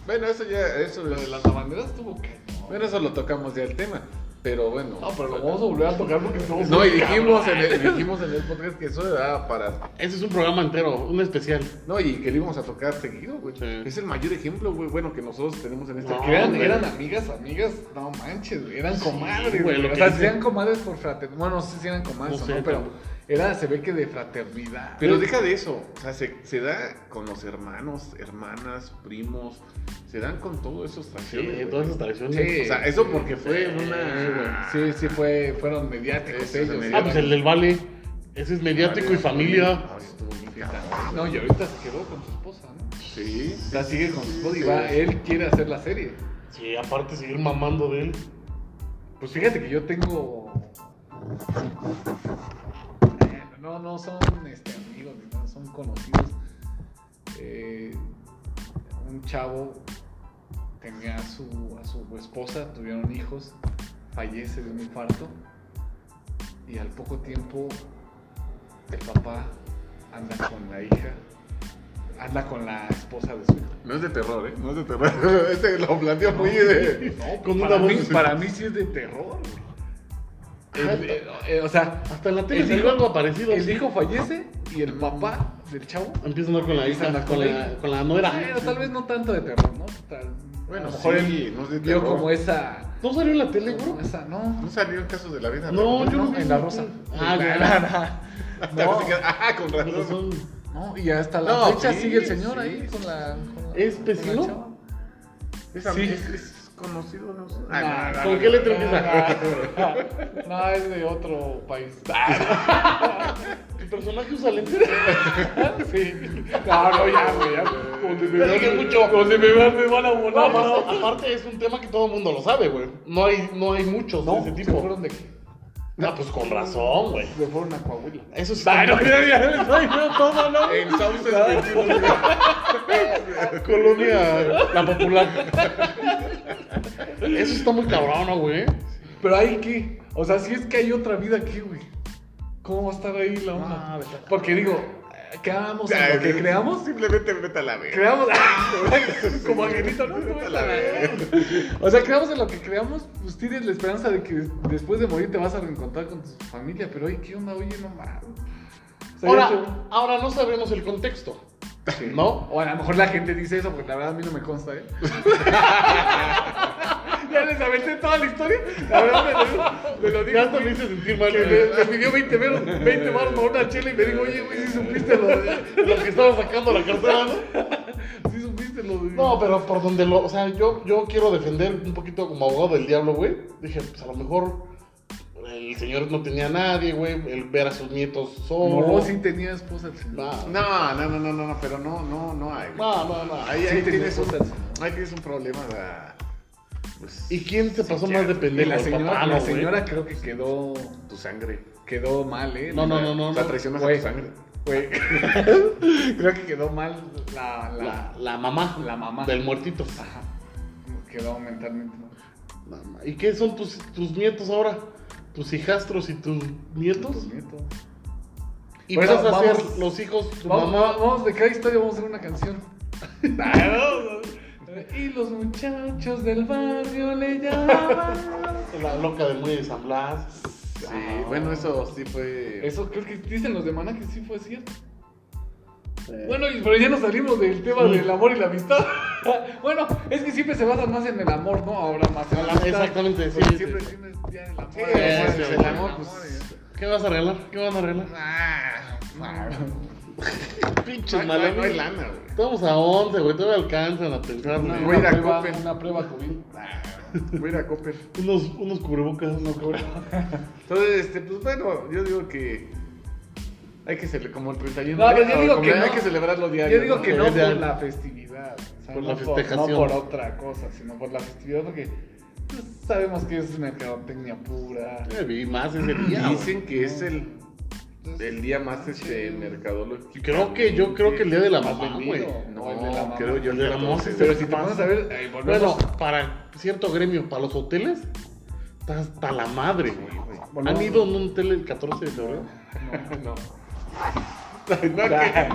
S1: Bueno, eso ya, eso
S3: Lo de las lavanderas tuvo que.
S1: Bueno, eso lo tocamos ya el tema. Pero bueno.
S3: No, pero lo vamos a volver a tocar porque estamos.
S1: No,
S3: muy
S1: y dijimos en el, dijimos en el podcast que eso era para.
S2: Ese es un programa entero, un especial.
S1: No, y que lo íbamos a tocar seguido, güey.
S2: Sí.
S1: Es el mayor ejemplo, güey, bueno, que nosotros tenemos en este esta.
S2: No,
S3: Que eran,
S2: güey.
S3: eran amigas, amigas, no manches, güey, eran comadres.
S2: güey,
S3: güey,
S2: lo
S3: o
S2: que
S3: sea,
S2: dicen.
S3: si eran comadres por fraternidad. Bueno, no sé si eran comadres
S2: No
S3: o
S2: sé,
S3: no, pero
S2: tampoco.
S3: Era, se ve que de fraternidad.
S1: Pero deja de eso. O sea, se, se da con los hermanos, hermanas, primos. Se dan con todo esos
S2: Sí,
S1: tracciones. güey.
S2: Eh, todas esas traiciones.
S3: Sí.
S1: O sea, eso porque fue
S3: Sí,
S1: una.
S3: güey. Sí, sí, fue, fueron mediáticos
S1: Eso es
S3: ellos.
S1: mediático.
S2: Ah, pues el del Vale. Ese es mediático y familia.
S1: Ah, Ay, estuvo bien
S3: Sí,
S1: cabrón, güey.
S3: también. No, y ahorita se quedó con su esposa, ¿no?
S1: Sí.
S3: O sea, sigue con su esposa y
S1: Sí.
S3: va, él quiere hacer la serie.
S2: Sí, aparte seguir mamando de él.
S3: Pues fíjate que yo tengo. No, no son este, amigos, ni nada, son conocidos. Eh, un chavo tenía a su, a su esposa, tuvieron hijos, fallece de un infarto y al poco tiempo el papá anda con la hija, anda con la esposa de su hijo.
S1: No es de terror, ¿eh? No es de terror. Este lo planteó muy de.
S3: No,
S2: Con
S3: para,
S2: una
S3: mí,
S2: voz-
S3: para mí sí es de terror. güey.
S2: Ajá.
S3: El- el- el- o sea,
S2: Hasta en la tele
S3: El
S2: salió
S3: hijo-
S2: algo parecido.
S3: el hijo fallece y el papá del chavo.
S2: Empieza a andar con Mm. la
S3: Empieza a
S2: hija,
S3: andar
S2: con la,
S3: con ella.
S2: con la nuera.
S3: Bueno, tal vez no tanto de terror, ¿no? Tal-
S1: Bueno,
S3: a lo mejor
S1: sí,
S3: él
S1: no es de
S3: vio
S1: terror.
S3: como esa.
S2: ¿No salió en la tele,
S3: como
S2: bro?
S3: esa, no.
S1: No salieron casos de la vida.
S2: No,
S1: real.
S2: yo no vi.
S3: en la rosa.
S2: Ah,
S3: No,
S2: ya.
S3: no, no.
S1: Hasta que se queda- Ah, con
S2: Pero
S1: razón.
S2: son-
S3: No, y hasta la
S1: No,
S3: fecha
S1: sí,
S3: sigue el señor
S1: sí,
S3: ahí con la. con la-
S2: ¿Es
S3: con la
S2: vecino?
S3: chava.
S1: Es, am-
S3: Sí.
S1: es, es conocido, no sé.
S3: Nah,
S1: Ah, no, no,
S2: ¿Con
S1: no,
S2: qué
S1: no,
S2: letra
S1: no.
S2: empieza?
S3: Ah, No, es de otro país.
S2: ¿Tu personaje usa lentes?
S3: Ah, Sí. No, no, ya, güey. ya. Donde me
S2: Es que
S3: vean-
S2: mucho.
S3: Donde me vean me van a
S2: No,
S3: volar.
S2: pero aparte es un tema que todo el mundo lo sabe, güey. No hay, no hay muchos de
S3: No,
S2: ese
S3: se
S2: tipo.
S3: fueron de aquí.
S2: Ah, pues con razón, güey.
S3: Se fueron a Coahuila.
S2: Eso sí.
S3: Ay, no, mira, mira, estoy todo, ¿no?
S1: En Sauces 21.
S2: Colonia, la popular. Eso está muy cabrón, ¿no, güey.
S3: Pero ahí qué? O sea, si es que hay otra vida aquí, güey. ¿Cómo va a estar ahí la onda?
S2: Ah, vete a-
S3: Porque digo, eh, quedamos
S1: Ah,
S3: en lo que creamos.
S1: Simplemente vete a la verga.
S3: Creamos. ah, Como angelito, ¿no?
S1: Vete a la verga.
S3: O sea, creamos en lo que creamos, pues tienes la esperanza de que des- después de morir te vas a reencontrar con tu familia, pero oye, ¿qué onda? Oye, no mames. O sea, yo te-
S2: Ahora, ahora no sabemos el contexto, ¿no?
S3: O a lo mejor la gente dice eso, porque la verdad a mí no me consta, ¿eh? ya les aventé toda la historia. La verdad me lo, me lo digo.
S2: Ya hasta me hice sentir mal.
S3: Que
S2: güey.
S3: me, me pidió 20 veros, 20 baros por una chela y me dijo, oye, güey, si supiste lo de.
S2: Lo que estaba sacando la cartera, ¿no?
S3: Si supiste lo de.
S2: No, pero por donde lo. O sea, yo, yo quiero defender un poquito como abogado del diablo, güey. Dije, pues a lo mejor el señor no tenía a nadie, güey. El ver a sus nietos
S3: No,
S2: solo.
S3: sí tenía esposa. el señor.
S2: Nah.
S1: No, no, no, no, no, no, pero no, no, no hay. güey.
S2: No, no, no.
S1: Ahí,
S3: Sí
S1: ahí
S3: tenía
S1: tienes un,
S3: esposa el señor.
S1: ahí tienes un problema. o sea, Pues,
S2: ¿Y quién se pasó
S1: Sí,
S2: más de
S1: ya.
S2: pendejo?
S3: la
S2: ¿El
S3: señora,
S2: papá, no,
S3: la
S2: güey?
S3: señora creo que quedó.
S1: tu sangre.
S3: Quedó mal, ¿eh?
S2: No, no, no, no.
S1: O sea,
S2: no.
S1: traicionas a
S3: Güey.
S1: tu sangre.
S3: Güey. creo que quedó mal la. la,
S2: La, la mamá.
S3: La mamá.
S2: Del muertito.
S3: Ajá. Quedó mentalmente mal.
S2: Mamá. ¿Y qué son tus, tus nietos ahora? ¿Tus hijastros y tus nietos?
S3: Tus nietos.
S2: Y
S3: Por
S2: vas
S3: eso
S2: a ser
S3: vamos-
S2: los hijos, tu
S3: Vamos,
S2: mamá. Ah,
S3: vamos, de cada historia vamos a hacer una canción. y los muchachos del barrio le llaman.
S2: La loca del muelle de San Blas.
S1: Sí,
S2: Ah.
S1: bueno, eso sí fue.
S3: Eso creo que dicen los de Maná que sí fue cierto.
S2: Eh,
S3: Bueno, y- pero ya nos salimos del tema del amor y la amistad. bueno, es que siempre se basan más en el amor, ¿no? Ahora más en la amistad.
S2: Exactamente, sí,
S3: Porque
S2: sí,
S3: siempre
S2: sí.
S3: tienes ya el amor.
S1: Sí,
S3: el amor,
S2: sí,
S3: el
S2: sí.
S3: amor, pues,
S2: ¿Qué vas a arreglar? ¿Qué van a arreglar?
S1: Ah,
S2: Pinches
S1: no, no, no hay
S2: maletas.
S1: lana, güey.
S2: Estamos a 11, güey. Todavía alcanzan a pensar.
S3: Una,
S2: güey.
S1: Voy a ir a
S3: prueba,
S1: Coppel.
S3: una prueba COVID.
S1: Voy a ir a Copper.
S2: Unos, unos cubrebocas, no cubrebocas.
S1: Entonces, este, pues bueno, yo digo que hay que celebrar como el 31.
S3: No, pero yo
S1: ¿no?
S3: digo
S1: Como
S3: que
S1: Hay
S3: no.
S1: que celebrarlo diario.
S3: Yo digo que no
S2: Sí, ya.
S3: por la festividad, o sea,
S2: Por
S3: no
S2: la festejación.
S3: no por otra cosa, sino por la festividad, porque pues, sabemos que es mercadotecnia pura.
S2: Eh, Viví más ese día. güey.
S1: Dicen que es el, el día más este mercadológico.
S2: Creo que yo creo que el día de la mamá,
S3: vendido.
S2: güey.
S1: No,
S3: O el de la mamá.
S1: creo yo
S2: El de la mamá,
S1: 14,
S2: sí,
S1: güey.
S3: Pero si te vamos a ver, eh,
S2: Bueno,
S3: volvemos,
S2: para cierto gremio, para los hoteles, está hasta la madre, güey.
S3: Volvemos.
S2: ¿Han ido a un hotel el 14 de febrero?
S3: no,
S1: No, que-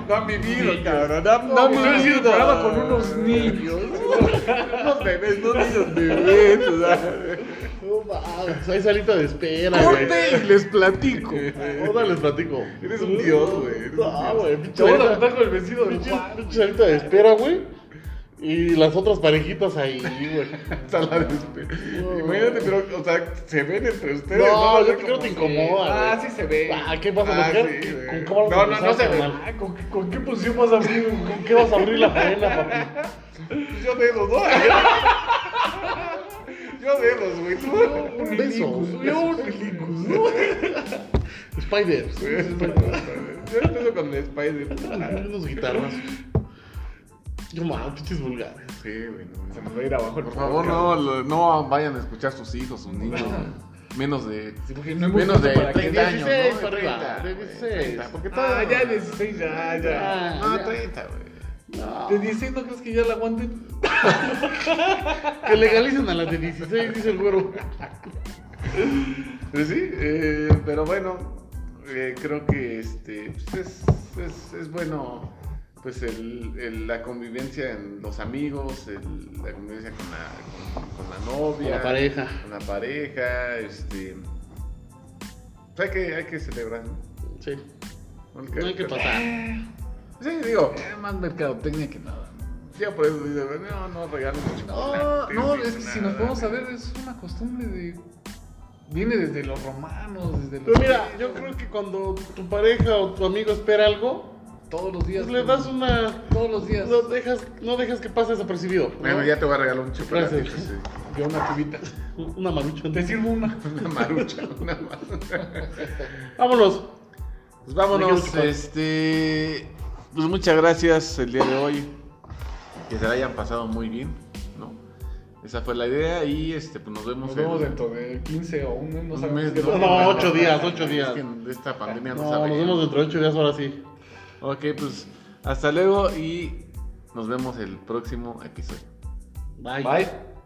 S1: no han vivido, cabrón. No,
S3: no,
S1: han
S3: pues, yo he sido
S1: vivido.
S3: parado con unos niños.
S1: unos bebés, no niños bebés. O sea,
S2: No mames, hay salita de espera, güey.
S1: corte y les platico.
S2: Ahora les platico.
S1: Eres un dios, güey, eres un
S2: Ah,
S1: dios.
S2: güey,
S3: Te
S2: pinche
S3: vamos a
S2: salita-
S3: juntar con el vecino del
S2: pinche-
S3: cuarto.
S2: pinche salita de espera, güey. Y las otras parejitas ahí, güey.
S1: Está la de usted.
S2: No.
S1: Imagínate, pero, o sea, se ven entre ustedes.
S2: No,
S1: O sea,
S2: yo te creo que te
S1: como-
S2: incomoda,
S3: Ah,
S2: güey.
S3: sí se ve.
S2: Ah, ¿qué pasa? ¿Con qué-
S1: sí,
S2: con
S1: güey.
S2: qué vas
S1: No,
S2: a
S1: no, no
S2: cruzar,
S1: se ve.
S2: carnal?
S3: Ah, ¿con, qué, con qué posición vas a abrir?
S2: ¿Con qué vas a abrir la faena, papi?
S1: Yo de esos, ¿no? Yo de esos, güey. Tú,
S2: Un beso.
S3: Yo un Ilicus.
S2: Spiders.
S1: Yo empiezo con el Spider.
S2: Unos guitarrazos. Yo, mano, pinches vulgares.
S1: Sí, güey. no mames.
S3: Se nos va a ir abajo el
S1: Por favor, no, lo- no vayan a escuchar sus hijos, sus niños. güey. Menos de.
S3: Sí, porque no hemos
S1: Menos de
S3: visto para qué.
S1: 30 años. ¿no?
S2: 16
S1: De
S2: para arriba,
S1: 30,
S2: de
S1: güey,
S2: 16.
S1: 30, Porque
S3: Ah,
S1: todavía.
S3: ya 16, ya, ya.
S2: Ah,
S1: No,
S2: ya.
S1: 30, güey.
S2: No.
S3: ¿De 16 no crees que ya la aguanten?
S2: Que legalicen a las de 16, dice el güero.
S1: Pues sí, eh, pero bueno, eh, creo que este pues es, es- es bueno pues el, el- la convivencia en los amigos, el- la convivencia con la, con, con la novia,
S2: Con la pareja.
S1: con la pareja, este pues hay que, hay que celebrar, ¿no?
S2: Sí. No hay que pasar.
S1: Sí, digo,
S3: Eh, más mercadotecnia que nada.
S1: yo por eso digo, no, no regalen
S3: No,
S2: Ah,
S1: chocolate,
S3: no,
S1: ni
S3: es que si
S1: nada.
S3: nos podemos saber, es una costumbre de. Viene desde los romanos, desde los.
S2: Pero Pues mira, yo creo que cuando tu pareja o tu amigo espera algo,
S3: Todos los días.
S2: pues le das una.
S3: Todos los días.
S2: No dejas, no dejas que pase desapercibido. ¿no?
S1: Bueno, ya te voy a regalar un chocolate,
S2: Gracias.
S1: pues, sí.
S3: Yo una cubita.
S2: Una marucha.
S3: Te sirvo una.
S1: una marucha, una más.
S2: Vámonos.
S1: Pues
S2: Dígame,
S1: vámonos,
S2: chicos.
S1: este. Pues muchas gracias el día de hoy. Que se la hayan pasado muy bien, ¿no? Esa fue la idea y este, pues nos vemos,
S3: Nos vemos
S1: en-
S3: dentro de 15 o un mes, no
S1: Un
S3: sabemos
S1: mes,
S3: qué
S1: ¿no?
S3: tal.
S2: No, ocho días, ocho
S1: Es
S2: días.
S1: que en esta pandemia no,
S2: No,
S1: sabe.
S2: nos vemos dentro de 8 días, ahora sí.
S1: Ok, pues hasta luego y nos vemos el próximo episodio.
S2: Bye.
S3: Bye.